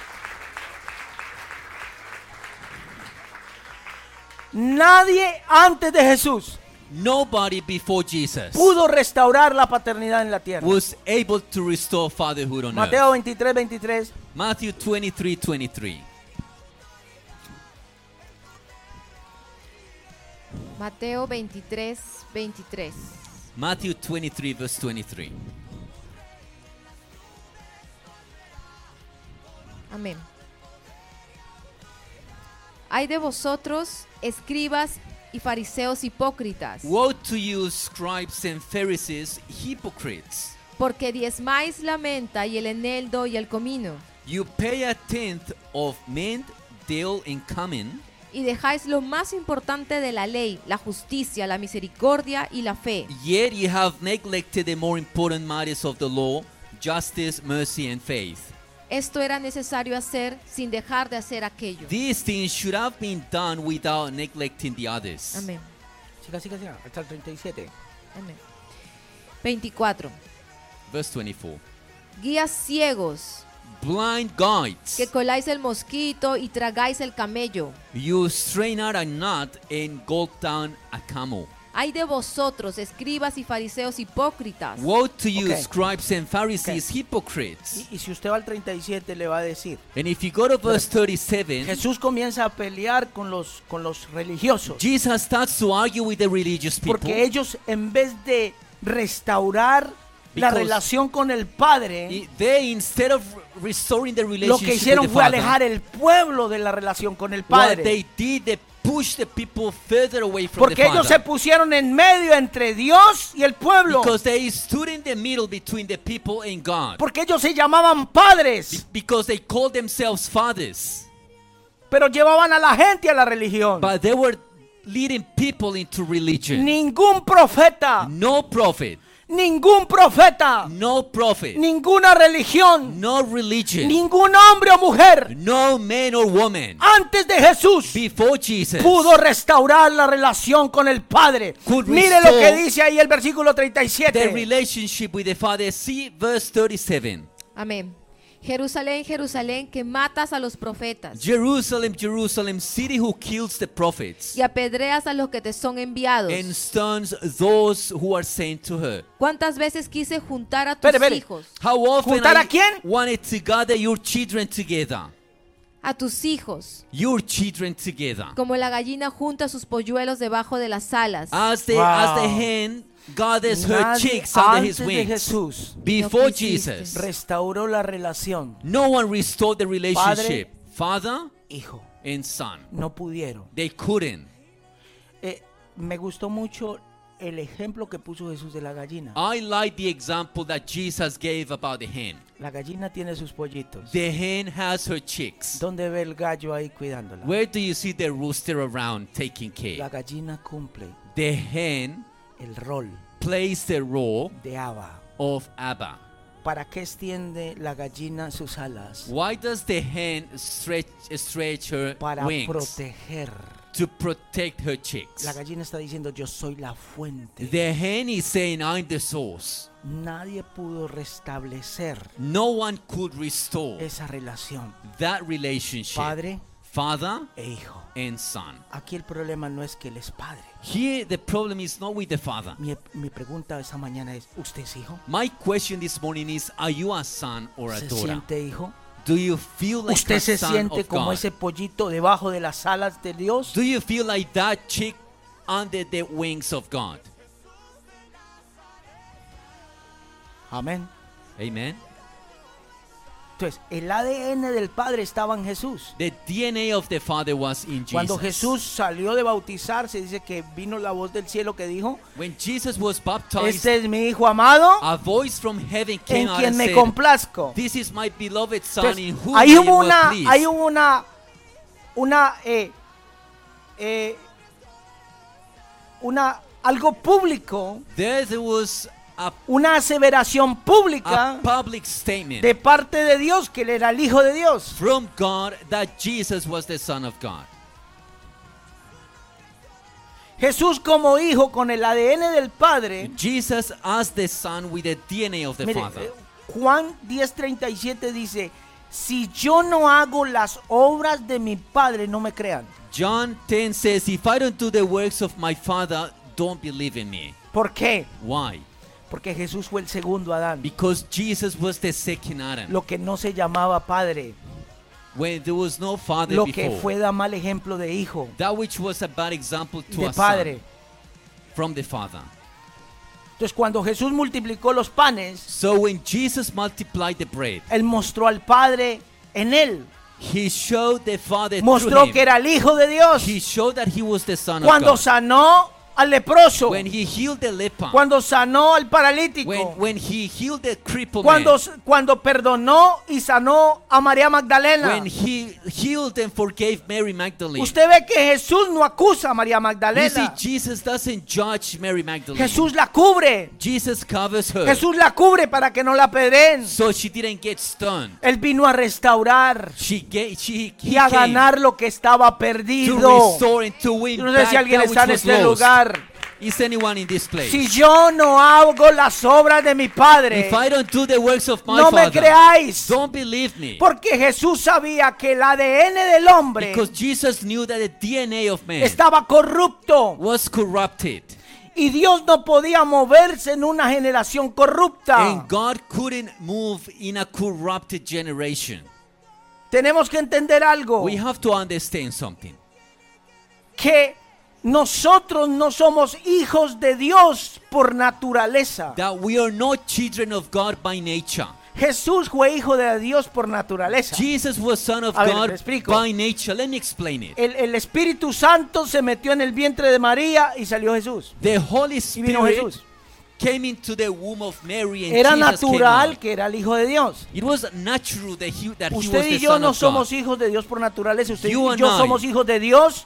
S2: Nadie antes de Jesús
S3: Nobody before Jesus
S2: pudo restaurar la paternidad en la tierra.
S3: was able to restore fatherhood on
S2: Mateo
S3: earth.
S2: 23, 23.
S3: Matthew 23 23.
S4: Mateo 23, 23.
S3: Matthew 23, verse 23.
S4: Amén. Hay de vosotros, escribas y fariseos hipócritas,
S3: Woe to you, scribes and Pharisees, hypocrites!
S4: porque diezmáis la menta y el eneldo y el comino,
S3: You pay a tenth of mint, dill, and cumin,
S4: y dejáis lo más importante de la ley, la justicia, la misericordia y la fe.
S3: yet you have neglected the more important matters of the law justice, mercy, and faith.
S4: Esto era necesario hacer sin dejar de hacer aquello.
S3: These things should have been done without neglecting the others.
S4: Amén.
S2: Siga, siga, siga, hasta el 37.
S4: Amén. 24.
S3: Verse 24.
S4: Guías ciegos,
S3: Blind guides,
S4: que coláis el mosquito y tragáis el camello.
S3: you strain out a knot and gulp down a camel.
S4: Hay de vosotros, escribas y fariseos hipócritas,
S3: Woe to you,
S2: Okay.
S3: scribes and Pharisees, hypocrites!
S2: Y, y si usted va al 37 le va a decir,
S3: And if you go to verse 37,
S2: Jesús comienza a pelear con los, con los religiosos.
S3: Jesus starts to argue with the religious people
S2: Porque ellos en vez de restaurar la
S3: Because-
S2: relación con el Padre,
S3: I- They, instead of restoring the
S2: lo
S3: relationship
S2: que hicieron
S3: with the
S2: fue
S3: Father,
S2: alejar el pueblo de la relación con el
S3: what
S2: Padre.
S3: they did, they pushed the people further away from
S2: Porque
S3: the
S2: ellos se
S3: Father.
S2: pusieron en medio entre Dios y el pueblo.
S3: Because they stood in the middle between the people and God.
S2: Porque ellos se llamaban
S3: Be-
S2: padres,
S3: Because they called themselves fathers.
S2: pero llevaban a la gente a la religión.
S3: But they were leading people into religion.
S2: Ningún profeta,
S3: No prophet.
S2: ningún profeta,
S3: No prophet.
S2: ninguna religión,
S3: No religion.
S2: ningún hombre o mujer
S3: No man or woman.
S2: antes de Jesús
S3: Before Jesus.
S2: Ah. pudo restaurar la relación con el Padre.
S3: Could
S2: Mire lo que
S3: restore
S2: dice ahí el versículo
S3: The
S2: 37.
S3: relationship with the Father. See verse 37.
S4: Amén. Jerusalén, Jerusalén, que matas a los profetas
S3: Jerusalem, Jerusalem, city who kills the prophets
S4: y apedreas a los que te son enviados.
S3: and stuns those who are sent to her.
S4: ¿Cuántas veces quise juntar a tus
S2: Espere, espere.
S4: hijos?
S3: How often
S2: ¿Juntar
S3: I
S2: a quién?
S3: wanted to gather your children together.
S4: A tus hijos,
S3: Your children together.
S4: como la gallina junta sus polluelos debajo de las alas.
S2: Ah.
S3: As the,
S2: Wow.
S3: as the hen gathers her
S2: Nadie
S3: chicks under
S2: antes
S3: his
S2: de
S3: wings.
S2: Jesús
S3: Before
S4: No quisiste.
S3: Jesus,
S2: restauró la relación.
S3: no one restored the relationship. Father
S2: Hijo,
S3: and son.
S2: no pudieron.
S3: They couldn't.
S2: Eh, me gustó mucho el ejemplo que puso Jesús de la gallina.
S3: I like the example that Jesus gave about the hen.
S2: La gallina tiene sus pollitos.
S3: The hen has her chicks.
S2: ¿Dónde ve el gallo ahí cuidándola?
S3: Where do you see the rooster around taking
S2: La
S3: care?
S2: gallina cumple
S3: The hen
S2: el rol
S3: plays the role
S2: de Abba.
S3: of Abba.
S2: ¿Para qué extiende la gallina sus alas?
S3: Why does the hen stretch, stretch her
S2: Para
S3: wings
S2: proteger.
S3: to protect her chicks?
S2: La gallina está diciendo, yo soy la fuente.
S3: The hen is saying, I'm the source.
S2: Nadie pudo restablecer
S3: No one could restore
S2: esa relación.
S3: that relationship.
S2: Padre
S3: Father
S2: e hijo.
S3: and son.
S2: Aquí el problema no es que él es padre.
S3: Here, the problem is not with the father.
S2: Mi, mi pregunta esta mañana es, ¿usted es hijo?
S3: My question this morning is Are you a son or a
S2: ¿Se
S3: daughter?
S2: siente hijo?
S3: Do you feel like
S2: ¿Usted
S3: a
S2: se
S3: son
S2: siente
S3: of
S2: como
S3: God?
S2: ese pollito debajo de las alas de Dios?
S3: Do you feel like that chick under the wings of God?
S2: Amén.
S3: Amen.
S2: Entonces, el ADN del Padre estaba en Jesús.
S3: The DNA of the Father was in Jesus.
S2: Cuando Jesús salió de bautizar, se dice que vino la voz del cielo que dijo,
S3: when Jesus was baptized,
S2: este es mi hijo amado
S3: a voice from heaven
S2: en
S3: came out
S2: quien
S3: and
S2: me
S3: said,
S2: complazco.
S3: This is my beloved son
S2: Entonces,
S3: in whom
S2: ahí
S3: I
S2: hubo
S3: am well
S2: una,
S3: pleased.
S2: ahí hubo una, una, eh, eh, una, algo público,
S3: There, there was a,
S2: una aseveración
S3: a
S2: pública
S3: public statement
S2: de parte de Dios que él era el hijo de Dios.
S3: from God that Jesus was the Son of God.
S2: Jesús como hijo con el ADN del Padre.
S3: Jesus as the Son with the DNA of the
S2: Eh. Mire,
S3: Father.
S2: eh, Juan 10:37 dice, si yo no hago las obras de mi Padre, no me crean.
S3: John 10 says, If I don't do the works of my Father, don't believe in me.
S2: ¿Por qué?
S3: Why?
S2: Porque Jesús fue el segundo Adán.
S3: Because Jesus was the second Adam.
S2: Lo que no se llamaba padre.
S3: when there was no father
S2: Lo que
S3: before.
S2: fue da mal ejemplo de hijo.
S3: that which was a bad example to
S2: De
S3: a
S2: padre.
S3: son from the father.
S2: Entonces cuando Jesús multiplicó los panes,
S3: So when Jesus multiplied the bread,
S2: Él mostró al Padre en él.
S3: he showed the father through
S2: Mostró
S3: him.
S2: que era el Hijo de Dios.
S3: He showed that he was the son
S2: Cuando
S3: of God.
S2: sanó al leproso.
S3: When he healed the leper,
S2: Cuando sanó al paralítico.
S3: when, when he healed the crippled
S2: cuando,
S3: man,
S2: cuando perdonó y sanó a María Magdalena.
S3: when he healed and forgave Mary Magdalene.
S2: Usted ve que Jesús no acusa a María
S3: you see,
S2: Magdalena.
S3: Jesus doesn't judge Mary Magdalene.
S2: Jesús la cubre.
S3: Jesus covers her,
S2: Jesús la cubre para que no la pedren.
S3: so she didn't get stunned.
S2: Él vino a restaurar
S3: She gave, she he
S2: y a
S3: came
S2: ganar lo que estaba
S3: to
S2: perdido.
S3: restore and to win
S2: Yo no sé
S3: back
S2: si alguien
S3: that
S2: está en
S3: which was
S2: este
S3: lost.
S2: lugar.
S3: Is anyone in this place?
S2: Si yo no hago las obras de mi Padre,
S3: If I don't do the works of my
S2: no me
S3: Father,
S2: creáis.
S3: don't believe me.
S2: Porque Jesús sabía que el ADN del hombre
S3: Because Jesus knew that the DNA of man
S2: estaba corrupto
S3: was corrupted.
S2: y Dios no podía moverse en una generación corrupta.
S3: And God couldn't move in a corrupted generation.
S2: Tenemos que entender algo,
S3: We have to understand something.
S2: que nosotros no somos hijos de Dios por naturaleza.
S3: That we are not children of God by nature.
S2: Jesús fue hijo de Dios por naturaleza.
S3: Jesus was son of
S2: A ver,
S3: God
S2: te explico.
S3: by nature. Let me explain it.
S2: El, el Espíritu Santo se metió en el vientre de María y salió Jesús.
S3: The Holy
S2: Y vino
S3: Spirit
S2: Jesús.
S3: came into the womb of Mary and
S2: Era
S3: Jesus came
S2: natural
S3: out.
S2: que era el hijo de Dios.
S3: It was natural that he, that he was
S2: Usted
S3: the
S2: y yo
S3: son
S2: no
S3: of God.
S2: somos hijos de Dios por naturaleza. Usted y
S3: You
S2: yo
S3: and I.
S2: somos hijos de Dios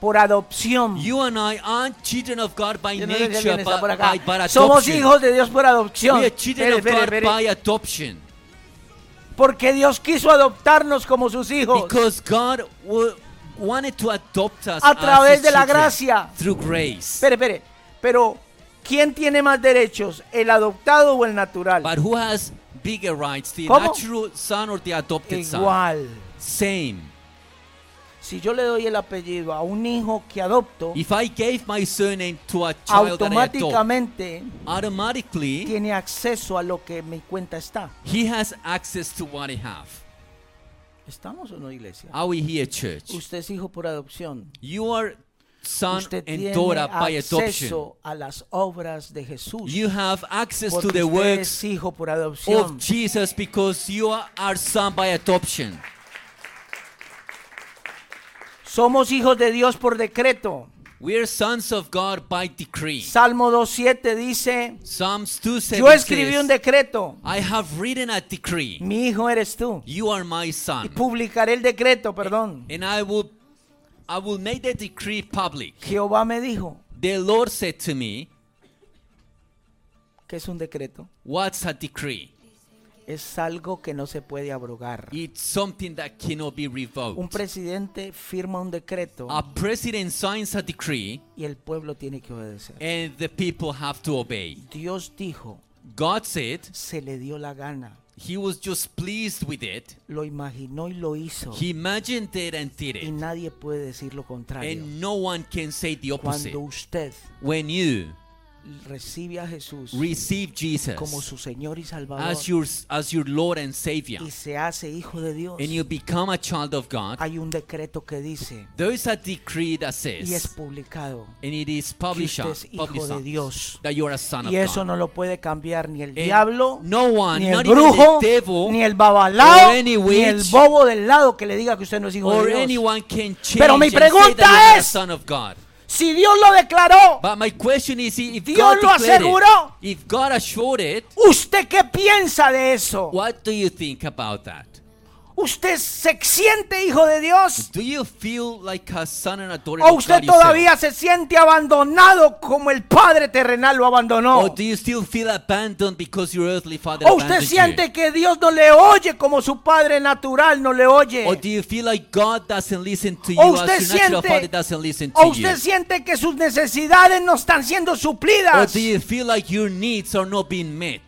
S2: por adopción.
S3: You and I aren't children of God by
S2: Yo no sé si
S3: nature,
S2: alguien está
S3: but
S2: por
S3: by,
S2: acá.
S3: by
S2: Somos
S3: adoption.
S2: hijos de Dios por adopción.
S3: We are
S2: Espere,
S3: children of
S2: espere,
S3: God
S2: espere.
S3: by adoption.
S2: Porque Dios quiso adoptarnos como sus hijos.
S3: Because God wa- wanted to adopt us
S2: A
S3: as
S2: través
S3: his
S2: de la
S3: children,
S2: gracia.
S3: Through grace.
S2: Espere, espere. Pero, ¿quién tiene más derechos? ¿El adoptado o el natural?
S3: But who has bigger rights, the
S2: ¿Cómo?
S3: natural son or the adopted son?
S2: Igual.
S3: Same.
S2: Si yo le doy el apellido a un hijo que adopto,
S3: If I gave my surname to a child that I adopt,
S2: automáticamente
S3: automatically
S2: tiene acceso a lo que en mi cuenta está.
S3: he has access to what I have.
S2: ¿Estamos o no, iglesia?
S3: Are we here, church?
S2: Usted es hijo por adopción.
S3: You are son
S2: Usted
S3: and
S2: tiene
S3: daughter by adoption.
S2: acceso a las obras de Jesús.
S3: You have access to
S2: porque
S3: the
S2: usted
S3: works
S2: es hijo por
S3: of
S2: adopción.
S3: Jesus because you are are son by adoption.
S2: Somos hijos de Dios por decreto.
S3: We are sons of God by decree.
S2: Salmo 2.7 dice,
S3: Psalms 2
S2: yo escribí un
S3: says,
S2: decreto.
S3: I have written a decree.
S2: Mi hijo eres tú.
S3: You are my
S2: Y
S3: son.
S2: publicaré el decreto, perdón.
S3: And I will I will make the decree public.
S2: Jehová me dijo
S3: The Lord said to me,
S2: que es un decreto.
S3: What's a decree?
S2: Es algo que no se puede abrogar.
S3: It's something that cannot be
S2: Un
S3: revoked.
S2: presidente firma un decreto
S3: A president signs a decree
S2: y el pueblo tiene que obedecer.
S3: and the people have to obey.
S2: Dios dijo,
S3: God said
S2: se le dio la gana.
S3: he was just pleased with it.
S2: Lo imaginó y lo hizo.
S3: He imagined it and did
S2: Y
S3: it.
S2: nadie puede decir lo contrario.
S3: And no one can say the opposite.
S2: Cuando usted
S3: When you
S2: recibe a Jesús
S3: receive Jesus
S2: como su Señor y Salvador
S3: as your as your Lord and Savior
S2: y se hace hijo de Dios,
S3: and you become a child of God,
S2: hay un decreto que dice
S3: there is a decree that
S2: y es
S3: says
S2: publicado
S3: and it is published
S2: que usted es hijo de Dios.
S3: that you are a son of
S2: y eso
S3: God.
S2: no lo puede cambiar ni el
S3: And
S2: diablo,
S3: no one,
S2: ni el
S3: not even the
S2: brujo,
S3: devil,
S2: ni el babalao,
S3: or any
S2: ni el
S3: witch,
S2: bobo del lado que le diga que usted no es hijo
S3: Or
S2: de Dios.
S3: anyone can change
S2: Pero mi
S3: and say
S2: pregunta
S3: that you are a
S2: es-
S3: son of God.
S2: Si Dios lo declaró,
S3: But my question is if
S2: Dios
S3: God
S2: lo
S3: declared
S2: aseguró.
S3: it, if God assured it,
S2: ¿usted qué piensa de eso?
S3: what do you think about that?
S2: ¿Usted se siente hijo de Dios?
S3: Do you feel like a son and a daughter
S2: ¿O
S3: of
S2: usted
S3: God yourself?
S2: todavía se siente abandonado como el Padre terrenal lo abandonó?
S3: Or do you still feel abandoned because your earthly father
S2: ¿O usted
S3: abandoned
S2: siente
S3: you?
S2: que Dios no le oye como su Padre natural no le oye?
S3: Or do you feel like God doesn't listen to you
S2: ¿O usted
S3: as your natural father
S2: siente,
S3: doesn't listen
S2: o
S3: to you?
S2: usted siente que sus necesidades no están siendo
S3: Or
S2: suplidas?
S3: do you feel like your needs are not being met?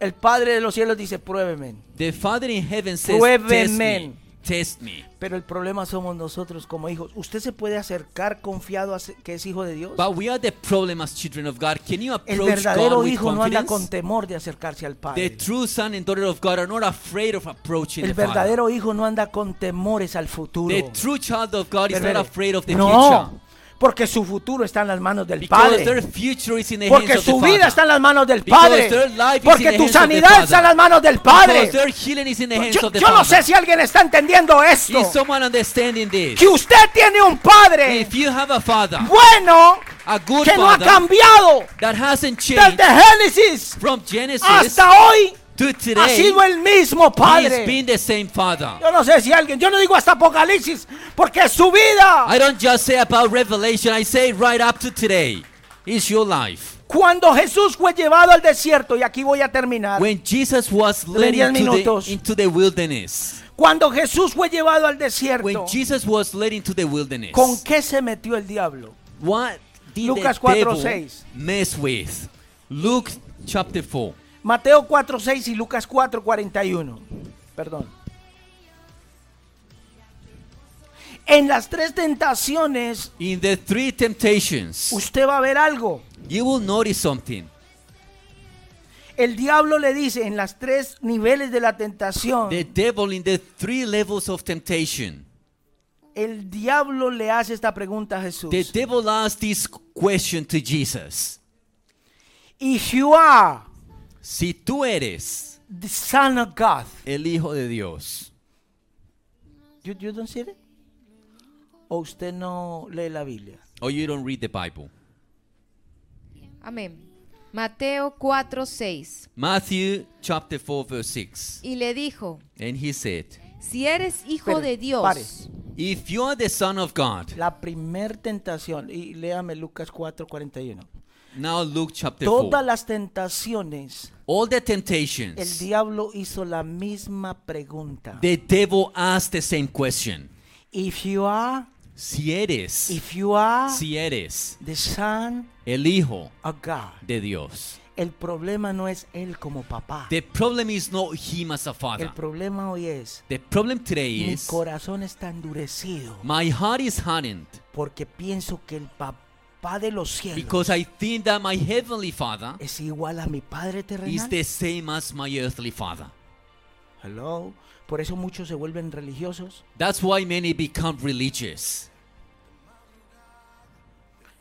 S2: El Padre de los cielos dice, pruébeme.
S3: The Father in heaven says, test
S2: Pruébeme.
S3: me. Test me.
S2: Pero el problema somos nosotros como hijos. ¿Usted se puede acercar confiado a se- que es hijo de Dios?
S3: But we are the problem as children of God. Can you
S2: El
S3: approach God
S2: verdadero
S3: with
S2: hijo no anda con
S3: confidence?
S2: temor de acercarse al
S3: The
S2: Padre.
S3: true son and daughter of God are not afraid of approaching
S2: El
S3: the Father.
S2: verdadero hijo no anda con temores al futuro.
S3: The true child of God is
S2: Pero,
S3: not afraid of the
S2: no, porque su futuro está en las manos del
S3: future. Because their
S2: Padre.
S3: future is in the
S2: Porque
S3: hands of
S2: su
S3: the
S2: vida
S3: Father.
S2: está en las manos del
S3: Because
S2: Padre.
S3: their life is in
S2: Porque
S3: the
S2: tu
S3: hands of the
S2: sanidad está en
S3: Father.
S2: las manos del
S3: Because
S2: Padre.
S3: their healing is in the hands
S2: Yo,
S3: of the
S2: yo no sé
S3: Father.
S2: si alguien está entendiendo esto.
S3: Is someone understanding this?
S2: Que usted tiene un Padre
S3: If you have a father,
S2: bueno
S3: a good
S2: que no ha
S3: father
S2: cambiado
S3: that hasn't changed
S2: desde Génesis
S3: from Genesis
S2: hasta hoy.
S3: to
S2: Ha
S3: today,
S2: sido el mismo
S3: he's
S2: Padre.
S3: been the same father.
S2: Yo no sé si alguien, yo no digo hasta Apocalipsis, porque su vida,
S3: I don't just say about revelation, I say right up to today. It's your life.
S2: cuando Jesús fue llevado al desierto, y aquí voy a terminar,
S3: When Jesus was led
S2: diez
S3: into the,
S2: minutos.
S3: into the wilderness,
S2: cuando Jesús fue llevado al
S3: when
S2: desierto,
S3: Jesus was led into the wilderness,
S2: ¿con qué se metió el diablo?
S3: what did
S2: Lucas
S3: the
S2: 4,
S3: devil
S2: seis.
S3: mess with? Luke chapter 4.
S2: Mateo 4.6 y Lucas 4.41. Perdón. En las tres tentaciones,
S3: In the three temptations,
S2: usted va a ver algo.
S3: you will notice something.
S2: El diablo le dice en las tres niveles de la tentación,
S3: The devil in the three levels of temptation.
S2: el diablo le hace esta pregunta a Jesús.
S3: The devil asked this question to Jesus.
S2: If you are
S3: Si tú eres
S2: the son of God,
S3: el hijo de Dios,
S2: you, you don't see it? ¿O usted no lee la Biblia?
S3: or you don't read the Bible.
S4: Amén. Mateo 4, 6.
S3: Matthew chapter 4 verse 6.
S4: Y le dijo,
S3: And he said,
S4: si eres hijo
S2: Espere,
S4: de Dios,
S2: pare.
S3: if you are the son of God.
S2: La primer tentación, y léame Lucas 4:41.
S3: Now Luke chapter 4.
S2: Todas las tentaciones,
S3: All the
S2: el
S3: temptations.
S2: diablo hizo la misma pregunta.
S3: The devil asked the same question.
S2: If you are,
S3: Si eres,
S2: if you are
S3: si eres
S2: the son
S3: el hijo
S2: of God.
S3: de Dios.
S2: El problema no es él como papá.
S3: The problem is not him as a father.
S2: El problema hoy es
S3: The problem today
S2: mi
S3: is
S2: corazón está endurecido
S3: my heart is hardened
S2: porque pienso que el papá de los cielos
S3: because I think that my heavenly father
S2: es igual a mi padre
S3: is
S2: terrenal.
S3: the same as my earthly father.
S2: Hello. Por eso muchos se vuelven religiosos.
S3: That's why many become religious.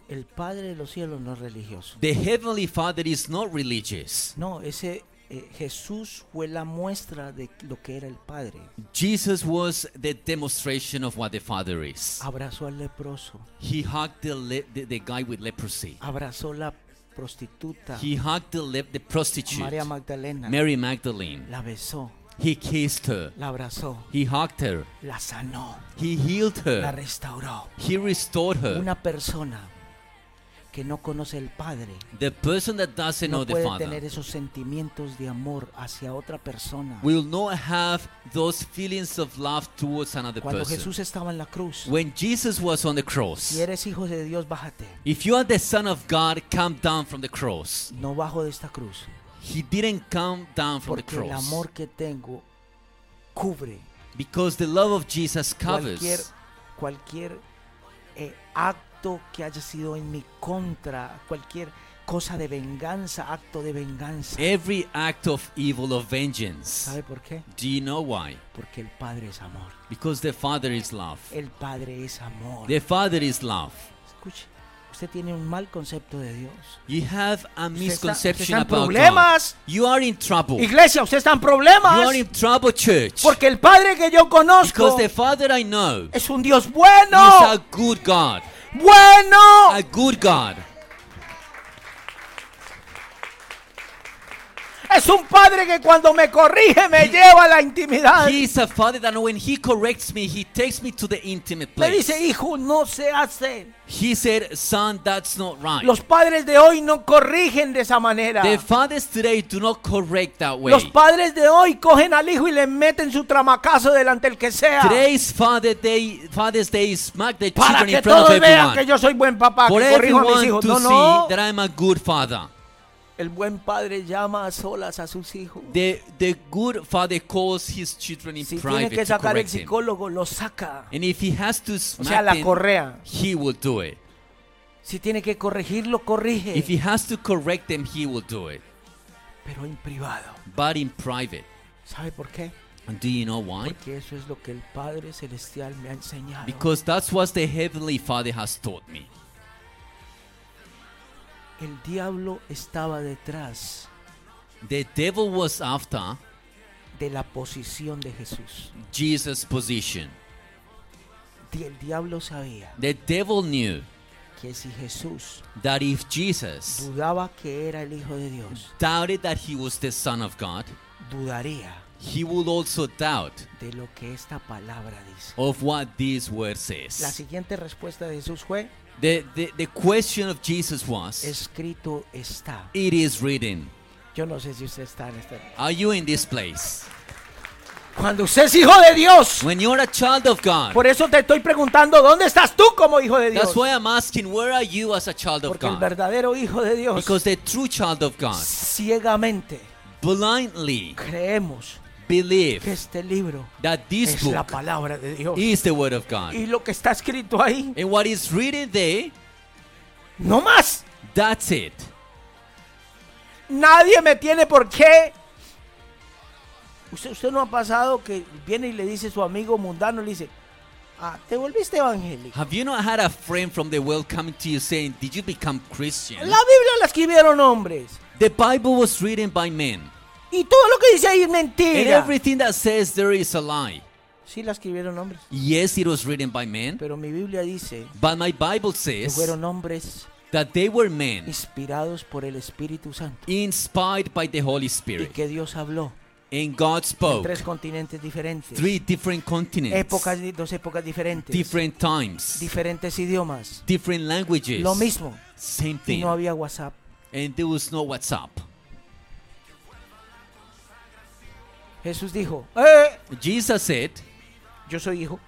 S2: El padre de los cielos no es religioso.
S3: The heavenly father is not religious.
S2: No, ese eh, Jesús fue la muestra de lo que era el padre.
S3: Jesus was the demonstration of what the father is.
S2: Abrazó al leproso,
S3: He hugged the, le- the, the guy with leprosy.
S2: abrazó la prostituta
S3: He hugged the, le- the prostitute,
S2: María Magdalena,
S3: Mary Magdalene.
S2: la besó,
S3: He kissed her.
S2: la abrazó,
S3: He hugged her.
S2: la sanó,
S3: He healed
S2: la
S3: her.
S2: restauró.
S3: He restored her.
S2: Una persona que no conoce el Padre
S3: The person that doesn't know
S2: no
S3: the
S2: puede
S3: Father
S2: tener esos sentimientos de amor hacia otra persona.
S3: will not have those feelings of love towards another
S2: Cuando
S3: person.
S2: Jesús estaba en la cruz,
S3: when Jesus was on the cross,
S2: si eres hijo de Dios, bájate.
S3: if you are the Son of God, come down from the cross.
S2: No bajo de esta cruz,
S3: He didn't come down from the
S2: porque el
S3: cross
S2: amor que tengo cubre
S3: because the love of Jesus
S2: cualquier
S3: covers
S2: cualquier eh, acto que haya sido en mi contra, cualquier cosa de venganza, acto de venganza.
S3: every act of evil of vengeance.
S2: ¿Sabe por qué?
S3: Do you know why?
S2: Porque el Padre es amor.
S3: Because the Father is love.
S2: El Padre es amor.
S3: The Father is love.
S2: Escuche, usted tiene un mal concepto de Dios.
S3: You have a misconception
S2: están
S3: about
S2: problemas.
S3: God. You are in trouble. You
S2: Iglesia, usted está en problemas.
S3: Oh. are in trouble, church.
S2: Porque el Padre que yo conozco
S3: Because the Father I know
S2: es un Dios
S3: is
S2: bueno.
S3: a good God.
S2: Bueno.
S3: A good God.
S2: Es un Padre que cuando me corrige me lleva a la intimidad.
S3: He is a Father that when He corrects me, He takes me to the intimate
S2: Me
S3: place.
S2: dice, hijo, no se hace.
S3: He said, Son, that's not right.
S2: Los padres de hoy no corrigen de esa manera.
S3: The fathers today do not correct that way.
S2: Los padres de hoy cogen al hijo y le meten su tramacazo delante del que sea.
S3: Today's Father Day, Father's Day, smack the
S2: Para
S3: children
S2: que
S3: in front
S2: todos
S3: of
S2: vean
S3: everyone.
S2: que yo soy buen papá,
S3: For
S2: que corrijo a mis
S3: everyone
S2: hijos.
S3: to
S2: No,
S3: see
S2: no.
S3: that I'm a good father.
S2: El buen padre llama a solas a sus hijos.
S3: The, the good father calls his children in
S2: Si tiene
S3: private
S2: que
S3: to
S2: sacar el
S3: correct him.
S2: psicólogo, lo saca.
S3: And if he has to
S2: O
S3: smack
S2: sea, la
S3: them,
S2: correa.
S3: he will do it.
S2: Si tiene que corregirlo, corrige.
S3: If he has to correct them, he will do it.
S2: Pero en privado.
S3: But in private.
S2: ¿Sabe por qué?
S3: And do you know why?
S2: Porque eso es lo que el Padre Celestial me ha enseñado.
S3: Because that's what the Heavenly Father has taught me.
S2: el diablo estaba detrás
S3: The devil was after
S2: de la posición de Jesús.
S3: Jesus' position.
S2: Di- El diablo sabía
S3: The devil knew
S2: que si Jesús
S3: that if Jesus
S2: dudaba que era el Hijo de Dios,
S3: doubted that he was the Son of God,
S2: dudaría
S3: he would also doubt
S2: de lo que esta palabra dice.
S3: of what this word
S2: La
S3: says.
S2: siguiente respuesta de Jesús fue,
S3: The, the, the question of Jesus was,
S2: escrito está.
S3: it is written.
S2: Yo no sé si usted está en este...
S3: Are you in this place?
S2: Cuando usted es hijo de Dios,
S3: When you're a child of God,
S2: por eso te estoy preguntando, ¿dónde estás tú como hijo de Dios?
S3: that's why I'm asking, where are you as a child of
S2: Porque el
S3: God?
S2: verdadero hijo de Dios,
S3: Because the true child of God
S2: ciegamente
S3: blindly
S2: creemos que
S3: believe
S2: este libro
S3: that this
S2: es la
S3: book
S2: palabra de Dios.
S3: is the word of God.
S2: Y lo que está escrito ahí,
S3: And what is written there,
S2: no más.
S3: that's it.
S2: Nadie me tiene por qué. Usted, usted no ha pasado que viene y le dice a su amigo mundano, le dice, ah, te volviste evangélico.
S3: Have you not had a friend from the world coming to you saying, Did you become Christian?
S2: La Biblia la escribieron hombres.
S3: The Bible was written by men.
S2: Y todo lo que dice ahí es
S3: And
S2: mentira.
S3: everything that says there is a lie.
S2: Sí la escribieron hombres.
S3: Yes, it was written by men,
S2: Pero mi Biblia dice
S3: but my Bible
S2: que
S3: says
S2: fueron hombres
S3: that they were men
S2: inspirados por el Espíritu Santo.
S3: inspired by the
S2: Y
S3: Holy Spirit.
S2: que Dios habló
S3: And God
S2: en
S3: spoke
S2: tres continentes diferentes.
S3: three different continents,
S2: Épocas, di- dos épocas diferentes.
S3: different times,
S2: diferentes idiomas.
S3: different languages.
S2: Lo mismo.
S3: Same
S2: Y
S3: thing.
S2: no había WhatsApp.
S3: and there was no WhatsApp.
S2: Jesús dijo, "Eh,
S3: Jesus said,
S2: yo soy hijo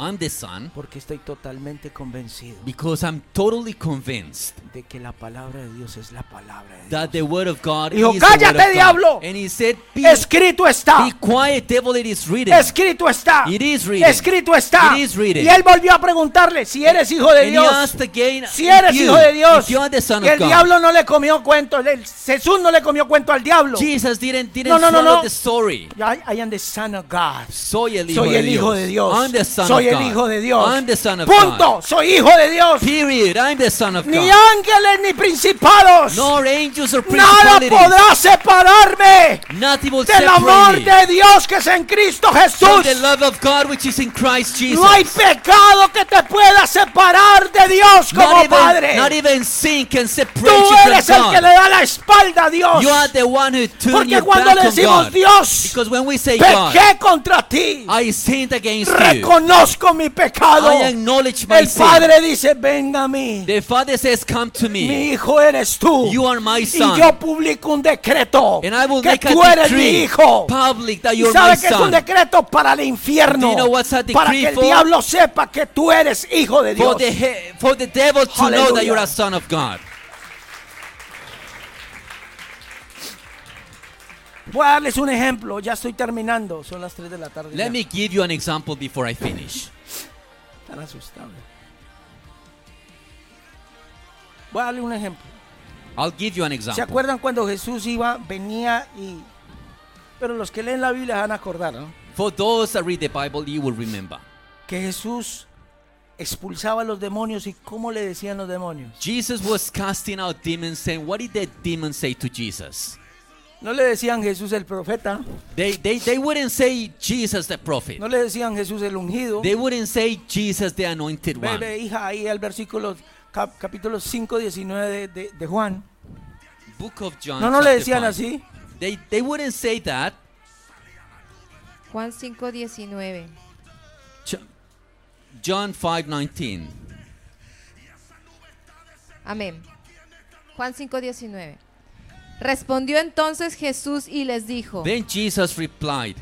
S3: I'm the Son
S2: porque estoy totalmente convencido
S3: because I'm totally convinced
S2: de que la palabra de Dios es la palabra de Dios.
S3: that the Word of God
S2: Dijo,
S3: is the Word of
S2: "Cállate,
S3: God."
S2: diablo!
S3: And he said, be,
S2: Escrito está.
S3: be quiet, devil, it is written.
S2: Escrito está.
S3: It is written.
S2: Escrito está.
S3: It is written.
S2: Y él volvió a preguntarle si eres hijo de
S3: And he
S2: Dios.
S3: asked again,
S2: Si eres
S3: if you,
S2: hijo de Dios.
S3: if you are the Son
S2: Y
S3: of
S2: el
S3: God.
S2: diablo no le comió cuento. el- Jesús no le comió cuento al diablo.
S3: Jesus didn't, didn't
S2: No, no, no,
S3: swallow
S2: no.
S3: the story.
S2: I, I am the son of God.
S3: Soy el hijo,
S2: Soy
S3: de,
S2: el hijo de Dios.
S3: I'm the son
S2: Soy
S3: of
S2: el
S3: God.
S2: hijo de Dios.
S3: I'm the son of
S2: Punto.
S3: God.
S2: Soy hijo de Dios.
S3: Period. I'm the son of
S2: Ni
S3: God.
S2: ángeles ni principados.
S3: Nor angels or
S2: Nada
S3: principalities.
S2: podrá separarme
S3: Nothing will
S2: del amor
S3: separate me
S2: de Dios que es en Cristo
S3: from
S2: Jesús.
S3: the love of God which is in Christ Jesus.
S2: No hay pecado que te pueda separar de Dios
S3: Not
S2: como
S3: even,
S2: Padre.
S3: not even sin can separate
S2: Tú
S3: you
S2: eres
S3: from
S2: el
S3: God.
S2: que le da la espalda a Dios.
S3: You are the one who turned
S2: Porque
S3: your
S2: cuando le
S3: back on
S2: decimos
S3: God.
S2: Dios,
S3: because when we say God,
S2: pequé contra ti.
S3: I sinned against you.
S2: Reconozco mi pecado.
S3: I acknowledge my
S2: El
S3: sin.
S2: Padre dice, venga a mí.
S3: The Father says, come to me.
S2: Mi hijo eres tú.
S3: You are my
S2: Y
S3: son.
S2: yo publico un decreto
S3: And I will
S2: que
S3: make a
S2: tú eres mi
S3: decree
S2: hijo.
S3: public that
S2: Y
S3: you're my
S2: sabe que es un
S3: son.
S2: decreto para el infierno.
S3: Do you know what's a
S2: para
S3: decree
S2: que el
S3: for?
S2: diablo sepa que tú eres hijo de
S3: For
S2: Dios.
S3: the, he- for the devil to know
S2: Hallelujah.
S3: that you're a son of God.
S2: Voy a darles un ejemplo. Ya estoy terminando. Son las 3 de la tarde.
S3: Let
S2: ya.
S3: me give you an example before I finish.
S2: Están asustados. Voy a darle un ejemplo.
S3: I'll give you an
S2: ¿Se
S3: example.
S2: acuerdan cuando Jesús iba, venía y... Pero los que leen la Biblia van a acordar, ¿no?
S3: For those that read the Bible, you will remember.
S2: que Jesús expulsaba a los demonios y cómo le decían los demonios.
S3: Jesus was casting out demons, and what did the demons say to Jesus?
S2: No le decían Jesús el profeta,
S3: They, they, they wouldn't say Jesus the prophet.
S2: no le decían Jesús el ungido.
S3: They wouldn't say Jesus the anointed
S2: Ve,
S3: one.
S2: ve, hija, ahí al versículo cap- capítulo 5, 19 de, de- de Juan.
S3: Book of John.
S2: No, no le
S3: chapter
S2: decían
S3: five.
S2: así.
S3: They, they wouldn't say that.
S4: Juan 5:19.
S3: Ch- John 5:19.
S4: Amén. Juan 5:19. Respondió entonces Jesús y les dijo,
S3: Then Jesus replied,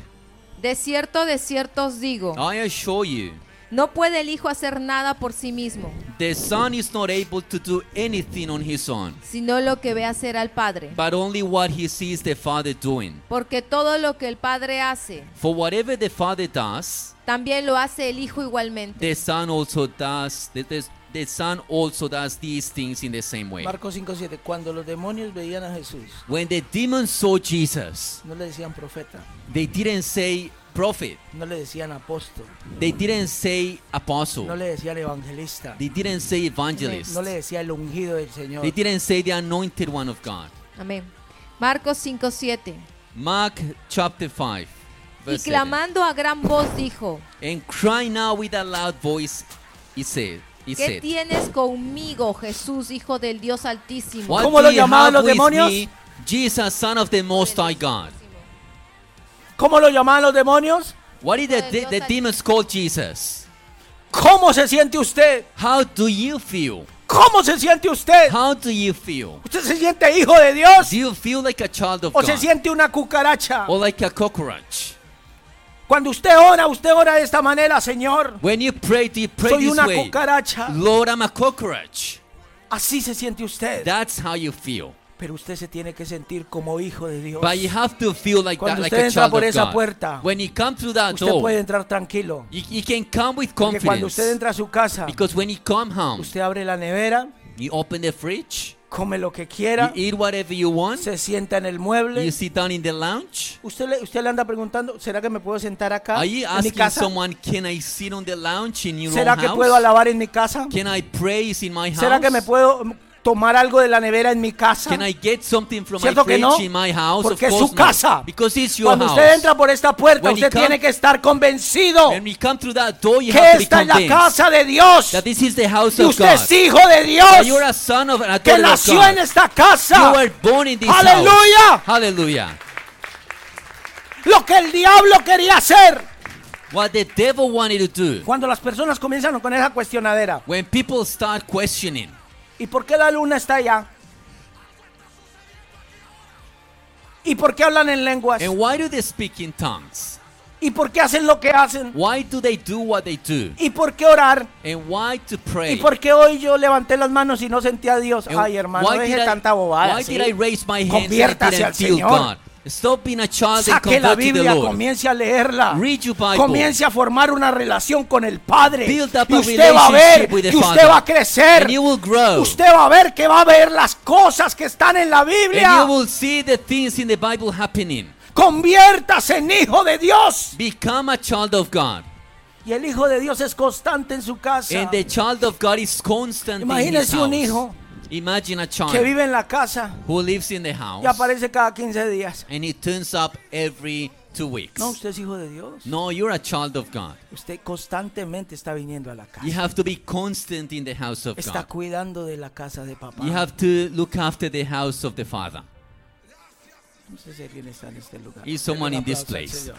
S4: de
S2: Ah.
S4: cierto, de cierto os digo,
S3: I assure you
S4: no puede el Hijo hacer nada por sí mismo,
S3: The Son is not able to do anything on his own,
S4: sino lo que ve hacer al Padre.
S3: but only what he sees the Father doing.
S4: Porque todo lo que el Padre hace,
S3: For whatever the Father does,
S4: también lo hace el Hijo igualmente.
S3: the Son also does. The, the, the Son also does these things in the same way.
S2: Marcos 5.7, cuando los demonios veían a Jesús,
S3: When the demons saw Jesus,
S2: no le decían profeta,
S3: they didn't say prophet,
S2: no le decían apóstol,
S3: they didn't say apostle,
S2: no le decían evangelista,
S3: they didn't say evangelist,
S2: no le decía el ungido del Señor.
S3: they didn't say the anointed one of God.
S4: Amén. Marcos 5:7.
S3: Mark chapter 5.
S4: Y
S3: Verse seven.
S4: clamando a gran voz dijo,
S3: And crying out with a loud voice, he said, he
S4: ¿qué
S3: said
S4: tienes conmigo, Jesús, Hijo del Dios Altísimo?
S3: "What
S2: ¿Cómo
S3: do
S2: lo
S3: you
S2: llamaban
S3: have
S2: los
S3: with
S2: demonios?
S3: me, Jesus, son of the Most High God.
S2: ¿Cómo lo llamaban los demonios?
S3: What did
S4: Del
S3: the,
S4: Dios
S3: the
S4: al-
S3: demons call Jesus?
S2: ¿Cómo se siente usted?
S3: How do you feel?
S2: ¿Cómo se siente usted?
S3: How do you feel?
S2: ¿Usted se siente hijo de Dios?
S3: Do you feel like a child of
S2: ¿O se
S3: God?
S2: siente una cucaracha?
S3: Or like a cockroach?
S2: Cuando usted ora, usted ora de esta manera, Señor.
S3: When you pray, do you pray
S2: Soy
S3: this
S2: una
S3: way?
S2: cucaracha.
S3: Lord, I'm a cockroach.
S2: Así se siente usted.
S3: That's how you feel.
S2: Pero usted se tiene que sentir como hijo de Dios.
S3: But you have to feel like
S2: Cuando
S3: that, like
S2: usted
S3: a
S2: entra
S3: child
S2: por
S3: of
S2: esa
S3: God.
S2: puerta,
S3: when you come through that
S2: Usted
S3: door,
S2: puede entrar tranquilo.
S3: you, you can come with
S2: Porque cuando
S3: confidence.
S2: usted entra a su casa,
S3: Because when you come home,
S2: usted abre la nevera,
S3: you open the fridge,
S2: come lo que
S3: you
S2: quiera,
S3: eat whatever you want,
S2: se sienta en el
S3: you
S2: mueble.
S3: sit down in the lounge.
S2: Usted le, usted le anda preguntando, ¿será que me puedo sentar acá
S3: Are you
S2: en mi
S3: asking
S2: casa?
S3: someone, can I sit on the lounge in your
S2: ¿Será
S3: own
S2: que puedo
S3: house?
S2: alabar en mi casa?
S3: Can I praise in my
S2: ¿Será que me
S3: house?
S2: puedo mm, tomar algo de la nevera en mi casa?
S3: Can I get something from my
S2: ¿Cierto que
S3: fridge
S2: no?
S3: in my house?
S2: Porque
S3: of
S2: es
S3: course
S2: su
S3: not.
S2: casa.
S3: Because it's your
S2: Cuando
S3: house.
S2: usted entra por esta puerta,
S3: When
S2: usted
S3: you come-
S2: tiene que estar convencido
S3: When we come through that door, you
S2: que
S3: have to
S2: esta
S3: be
S2: es la
S3: convinced
S2: casa de Dios.
S3: that this is the house
S2: Y
S3: of
S2: usted
S3: God.
S2: es hijo de
S3: that you're
S2: Dios
S3: a son of a
S2: que
S3: daughter of
S2: nació en
S3: God.
S2: esta
S3: You
S2: casa.
S3: were born in this
S2: Aleluya.
S3: house. Hallelujah.
S2: Lo que el diablo quería hacer.
S3: What the devil wanted to do.
S2: Cuando las personas comienzan con esa cuestionadera.
S3: When people start questioning,
S2: ¿Y por qué la luna está allá? ¿Y por qué hablan en lenguas?
S3: and why do they speak in tongues?
S2: ¿Y por qué hacen lo que hacen?
S3: Why do they do what they do?
S2: ¿Y por qué orar?
S3: And why to
S2: ¿Y
S3: pray?
S2: por qué hoy yo levanté las manos y no sentí a Dios?
S3: And
S2: Ay, hermano,
S3: why
S2: deje
S3: did I-
S2: tanta bobada.
S3: Why
S2: ¿sí?
S3: did I raise my hands and I
S2: Conviértase al
S3: didn't feel
S2: Señor.
S3: God? Stop being a child and
S2: Saque la
S3: convert to the
S2: Biblia,
S3: Ah, Lord.
S2: comience a leerla.
S3: Read your Bible.
S2: Comience a formar una relación con el Padre.
S3: Build up
S2: Y
S3: a
S2: usted va a ver,
S3: relationship with the
S2: y usted
S3: Father.
S2: va a crecer.
S3: And you will grow.
S2: Usted va a ver que va a ver las cosas que están en la Biblia.
S3: And you will see the things in the Bible happening.
S2: Conviértase en hijo de Dios.
S3: Become a child of God.
S2: Y el hijo de Dios es constante en su casa.
S3: And the child of God is constant in his
S2: Imagínese
S3: house.
S2: un hijo
S3: Imagine a
S2: Que
S3: child
S2: vive en la casa
S3: who lives in the house
S2: y aparece cada 15 días.
S3: and he turns up every two weeks.
S2: No, usted es hijo de Dios.
S3: No, you're a child of God.
S2: Usted constantemente está viniendo a la
S3: You
S2: casa.
S3: have to be constant in the house of
S2: Está
S3: God.
S2: cuidando de la casa de papá.
S3: You have to look after the house of the Father.
S2: No sé si alguien está en este lugar.
S3: Is someone
S2: Denle un
S3: in this
S2: aplauso al
S3: place?
S2: Señor.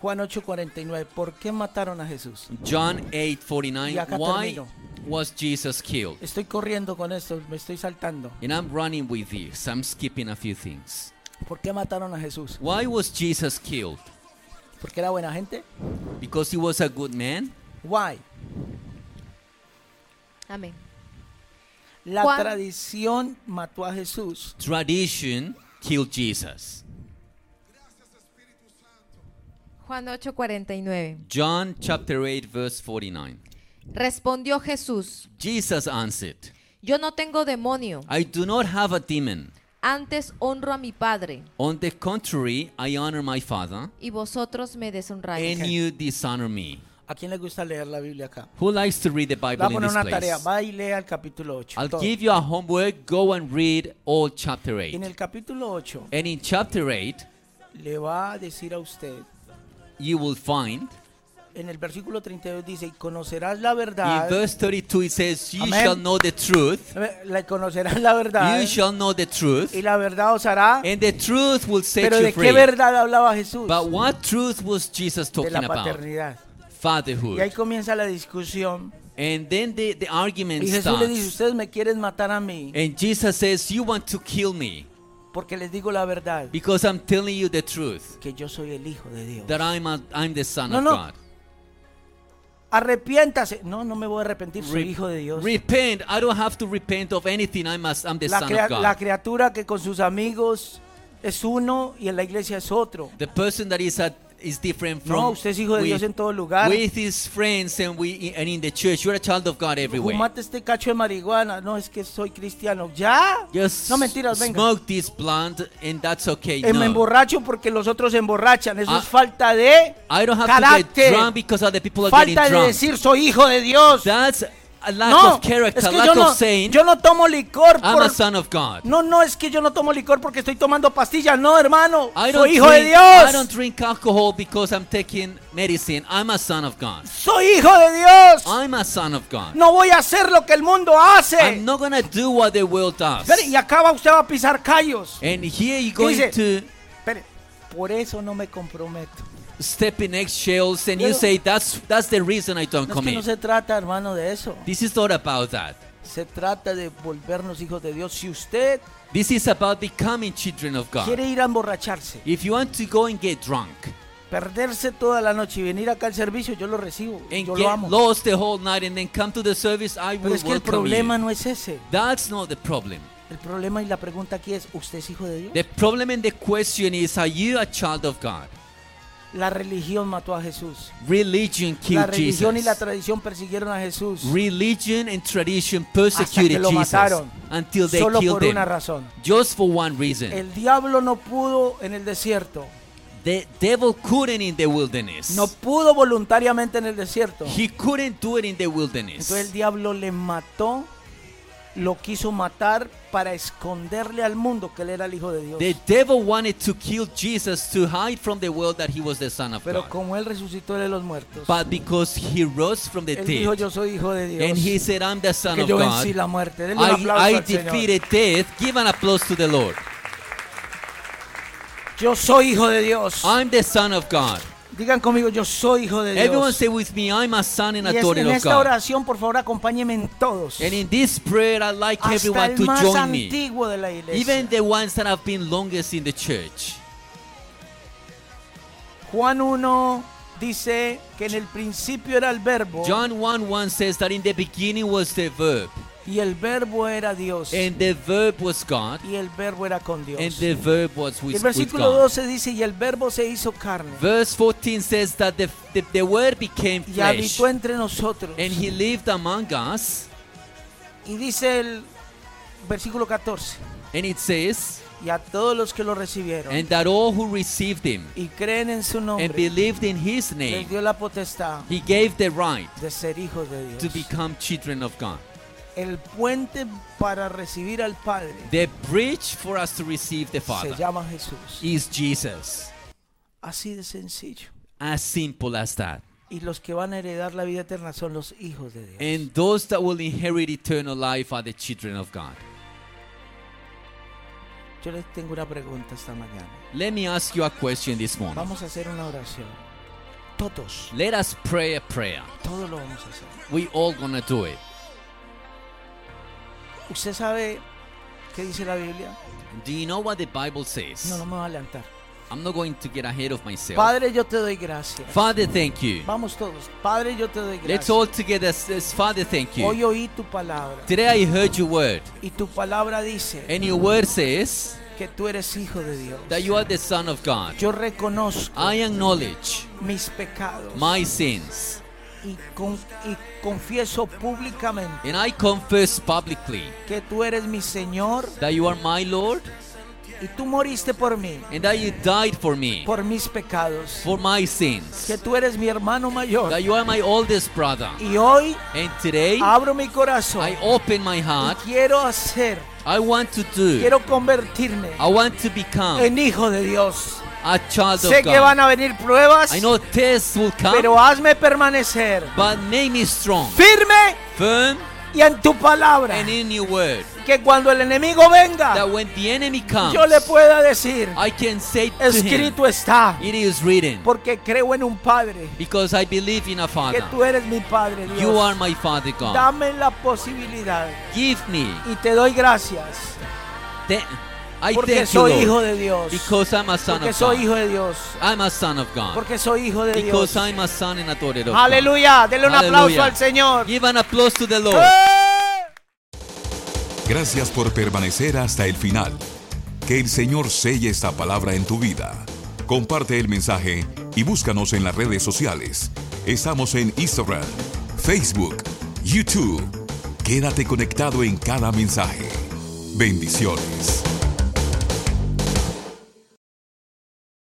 S2: Juan 8:49, ¿por qué mataron a Jesús?
S3: John
S2: Y acá
S3: 8:49. Why
S2: termino.
S3: was Jesus killed?
S2: Estoy corriendo con esto, me estoy saltando.
S3: And I'm running with this. I'm skipping a few things.
S2: ¿Por qué mataron a Jesús?
S3: Why was Jesus killed?
S2: ¿Porque era buena gente?
S3: Because he was a good man?
S2: Why?
S4: Amén.
S2: La
S4: Juan-
S2: tradición mató a Jesús.
S3: Tradition killed Jesus.
S4: Juan 8:49.
S3: John chapter 8 verse 49.
S4: Respondió Jesús,
S3: Jesus answered,
S4: yo no tengo demonio,
S3: I do not have a demon.
S4: antes honro a mi Padre,
S3: On the contrary, I honor my Father,
S4: y vosotros me deshonráis.
S3: and you dishonor me.
S2: ¿A quién le gusta leer la Biblia acá?
S3: Who likes to read the Bible
S2: Vamos
S3: in
S2: a poner
S3: this
S2: una
S3: place?
S2: tarea. Va y lea el capítulo 8.
S3: I'll give you a homework. Go and read all chapter 8.
S2: En el capítulo 8
S3: And in chapter 8,
S2: le va a decir a usted,
S3: you will find,
S2: en el versículo 32 dice, y conocerás la
S3: in
S2: verdad.
S3: verse 32, it says, You
S2: Amen.
S3: shall know the truth.
S2: La conocerás la verdad.
S3: You shall know the truth.
S2: Y la verdad os hará.
S3: And the truth will set
S2: Pero
S3: you
S2: ¿de
S3: free.
S2: qué verdad hablaba Jesús?
S3: But what truth was
S2: De
S3: Jesus talking
S2: la
S3: about?
S2: paternidad. Y ahí
S3: Fatherhood.
S2: comienza la discusión.
S3: And then the, the
S2: Y
S3: argument
S2: Jesús le dice,
S3: starts.
S2: ustedes me quieren matar a mí.
S3: And Jesus says, You want to kill me.
S2: Porque les digo la verdad,
S3: because I'm telling you the truth
S2: que yo soy el hijo de Dios.
S3: that I'm a, I'm the son
S2: No,
S3: of
S2: no.
S3: God.
S2: Arrepiéntase. No, no me voy a arrepentir, soy
S3: Re-
S2: hijo de Dios.
S3: Repent. I don't have to repent of anything. I'm a, I'm the
S2: La,
S3: son
S2: crea-
S3: of God.
S2: la criatura que con sus amigos es uno y en la iglesia es otro.
S3: the person that is at is different from
S2: No, usted es hijo de Dios en todo lugar.
S3: with his friends and we and in the church. You're a child of God everywhere.
S2: Fumate este cacho de marihuana. No, es que soy cristiano. ¿Ya?
S3: Just
S2: no mentiras, venga.
S3: smoke this blunt and that's okay.
S2: Eh, me
S3: no.
S2: emborracho porque los otros se emborrachan. Eso
S3: Ah.
S2: es falta de
S3: I don't have to
S2: carácter.
S3: get drunk because other people are
S2: falta de
S3: getting drunk.
S2: decir soy hijo de Dios.
S3: That's a lack
S2: no,
S3: of character,
S2: es que yo
S3: lack
S2: no,
S3: of saying.
S2: yo no tomo licor.
S3: I'm
S2: por-
S3: a son of God.
S2: No, no, es que yo no tomo licor porque estoy tomando pastillas. No, hermano,
S3: I don't
S2: soy hijo
S3: drink,
S2: de
S3: I don't
S2: Dios.
S3: drink alcohol because I'm taking medicine. I'm a son of God.
S2: Soy hijo de Dios.
S3: I'm a son of God.
S2: No voy a hacer lo que el mundo
S3: I'm
S2: hace.
S3: not gonna do what the world does.
S2: Espere, y acá va usted va a pisar callos.
S3: And here you're going
S2: dice?
S3: to
S2: Espere, por eso no me comprometo.
S3: step in eggshells and you
S2: Pero-
S3: say that's that's the reason I don't
S2: No es que
S3: commit.
S2: no se trata, hermano, de eso.
S3: This is not about that.
S2: Se trata de volvernos hijos de Dios. Si usted
S3: This is about becoming children of God.
S2: quiere ir a emborracharse,
S3: If you want to go and get drunk
S2: perderse toda la noche y venir acá al servicio, yo lo recibo.
S3: and
S2: Yo lo
S3: get
S2: amo.
S3: lost the whole night and then come to the service, I will
S2: Pero es que el
S3: welcome
S2: problema
S3: you.
S2: no es ese.
S3: That's not the problem.
S2: El problema y la pregunta aquí es, ¿usted es hijo de Dios?
S3: The problem and the question is are you a child of God?
S2: La religión mató a Jesús.
S3: Religion
S2: La
S3: killed
S2: religión y la
S3: Jesus.
S2: tradición persiguieron a Jesús.
S3: Religion and tradition
S2: Hasta que
S3: persecuted
S2: lo
S3: Jesus
S2: mataron.
S3: until they
S2: Solo
S3: killed
S2: por una
S3: him.
S2: razón.
S3: Just for one reason.
S2: El diablo no pudo en el desierto.
S3: The devil couldn't in the wilderness.
S2: No pudo voluntariamente en el desierto.
S3: He couldn't do it in the wilderness.
S2: Entonces el diablo le mató, lo quiso matar para esconderle al mundo que él era el hijo de Dios.
S3: The devil wanted to kill Jesus to hide from the world that he was the son of
S2: Pero
S3: God.
S2: como él resucitó de los muertos,
S3: But because he rose from the
S2: él dijo yo
S3: dead
S2: soy hijo de Dios.
S3: and he said, I'm the son
S2: que
S3: of
S2: yo vencí
S3: God,
S2: la muerte. Denle un aplauso
S3: I, I
S2: al Señor.
S3: defeated death. Give an applause to the Lord.
S2: Yo soy hijo de Dios.
S3: I'm the son of God.
S2: Digan conmigo, yo soy hijo de Dios.
S3: Everyone say with me, I'm a son
S2: Y
S3: and a
S2: es-
S3: daughter
S2: en
S3: of
S2: esta
S3: God.
S2: oración, por favor, acompáñenme en todos.
S3: And in this prayer, I'd like
S2: Hasta
S3: everyone
S2: el
S3: to
S2: más
S3: join me.
S2: antiguo de la iglesia.
S3: Even the ones that have been longest in the church.
S2: Juan 1 dice que en el principio era el verbo
S3: John 1 1 says that in the beginning was the verb,
S2: y el verbo era Dios
S3: and the verb was God,
S2: y el verbo era con Dios.
S3: and the verb was
S2: Y
S3: with,
S2: el
S3: with
S2: versículo
S3: God.
S2: 12 dice y el verbo se hizo carne
S3: Verse 14 says that the, the, the word became
S2: y
S3: flesh,
S2: habitó entre nosotros.
S3: and he lived among us,
S2: Y dice el versículo 14
S3: and it says,
S2: y a todos los que lo recibieron
S3: and that all who received him
S2: y creen en su
S3: and
S2: nombre
S3: believed in his
S2: les
S3: name,
S2: dio la potestad
S3: he gave the right
S2: de ser hijos de
S3: to
S2: Dios.
S3: become children of God.
S2: El puente para recibir al Padre
S3: The bridge for us to receive the
S2: se
S3: Father
S2: llama Jesús.
S3: is Jesus.
S2: Así de sencillo.
S3: As simple as that.
S2: Y los que van a heredar la vida eterna son los hijos de Dios.
S3: And those that will inherit eternal life are the children of God.
S2: Yo les tengo una pregunta esta mañana.
S3: Let me ask you a question this morning.
S2: Vamos a hacer una oración. Todos,
S3: Let us pray a prayer.
S2: todos lo vamos a hacer.
S3: We all gonna do it.
S2: ¿Usted sabe qué dice la Biblia?
S3: Do you know what the Bible
S2: No,
S3: says?
S2: no me va a adelantar.
S3: I'm not going to get ahead of myself.
S2: Padre, yo te doy gracias.
S3: Father, thank you.
S2: Vamos todos. Padre, yo te doy
S3: Let's
S2: gracias. Oh,
S3: all together say, Father, thank
S2: Hoy
S3: you.
S2: oí tu palabra.
S3: Today I heard your word,
S2: Y tu palabra dice
S3: and your word says
S2: que tú eres hijo de Dios.
S3: Eh. that you are Ah. the Son of God.
S2: Yo reconozco
S3: I acknowledge
S2: mis pecados
S3: my sins,
S2: y, con- y confieso públicamente
S3: and I confess publicly
S2: que tú eres mi Señor
S3: that you are my Lord,
S2: y tú moriste por mí,
S3: and that you died for me,
S2: por mis pecados,
S3: for my sins.
S2: que tú eres mi hermano mayor.
S3: Pues. that you are my oldest brother.
S2: Y hoy
S3: And today,
S2: abro mi corazón
S3: I open my
S2: y
S3: heart.
S2: quiero hacer,
S3: I want to do.
S2: quiero convertirme
S3: I want to become
S2: en hijo de Dios.
S3: a child
S2: Sé
S3: of
S2: que van
S3: God.
S2: a venir pruebas,
S3: I know tests will come,
S2: pero hazme permanecer
S3: but make me strong,
S2: firme
S3: firm,
S2: y en tu palabra.
S3: and in your word.
S2: Que cuando el enemigo venga,
S3: That when the enemy comes,
S2: yo le pueda decir,
S3: I can say to him,
S2: escrito está,
S3: It is written,
S2: porque creo en un Padre,
S3: because I believe in a
S2: que
S3: Father.
S2: tú eres mi Padre,
S3: You are
S2: Dios.
S3: my Father God.
S2: Dame la posibilidad
S3: Give me
S2: y te doy gracias
S3: the- I
S2: Porque
S3: thank you,
S2: soy
S3: Lord,
S2: hijo de Dios.
S3: because I'm a son
S2: Porque
S3: of
S2: soy
S3: God.
S2: hijo de Dios.
S3: I'm a son of God.
S2: Porque soy hijo de
S3: because
S2: Dios.
S3: I'm a son and a daughter of
S2: Aleluya.
S3: God.
S2: Denle un aplauso
S3: Hallelujah.
S2: al Señor.
S3: Give an applause to the Lord.
S2: ¡Eh!
S1: Gracias por permanecer hasta el final. Que el Señor selle esta palabra en tu vida. Comparte el mensaje y búscanos en las redes sociales. Estamos en Instagram, Facebook, YouTube. Quédate conectado en cada mensaje. Bendiciones.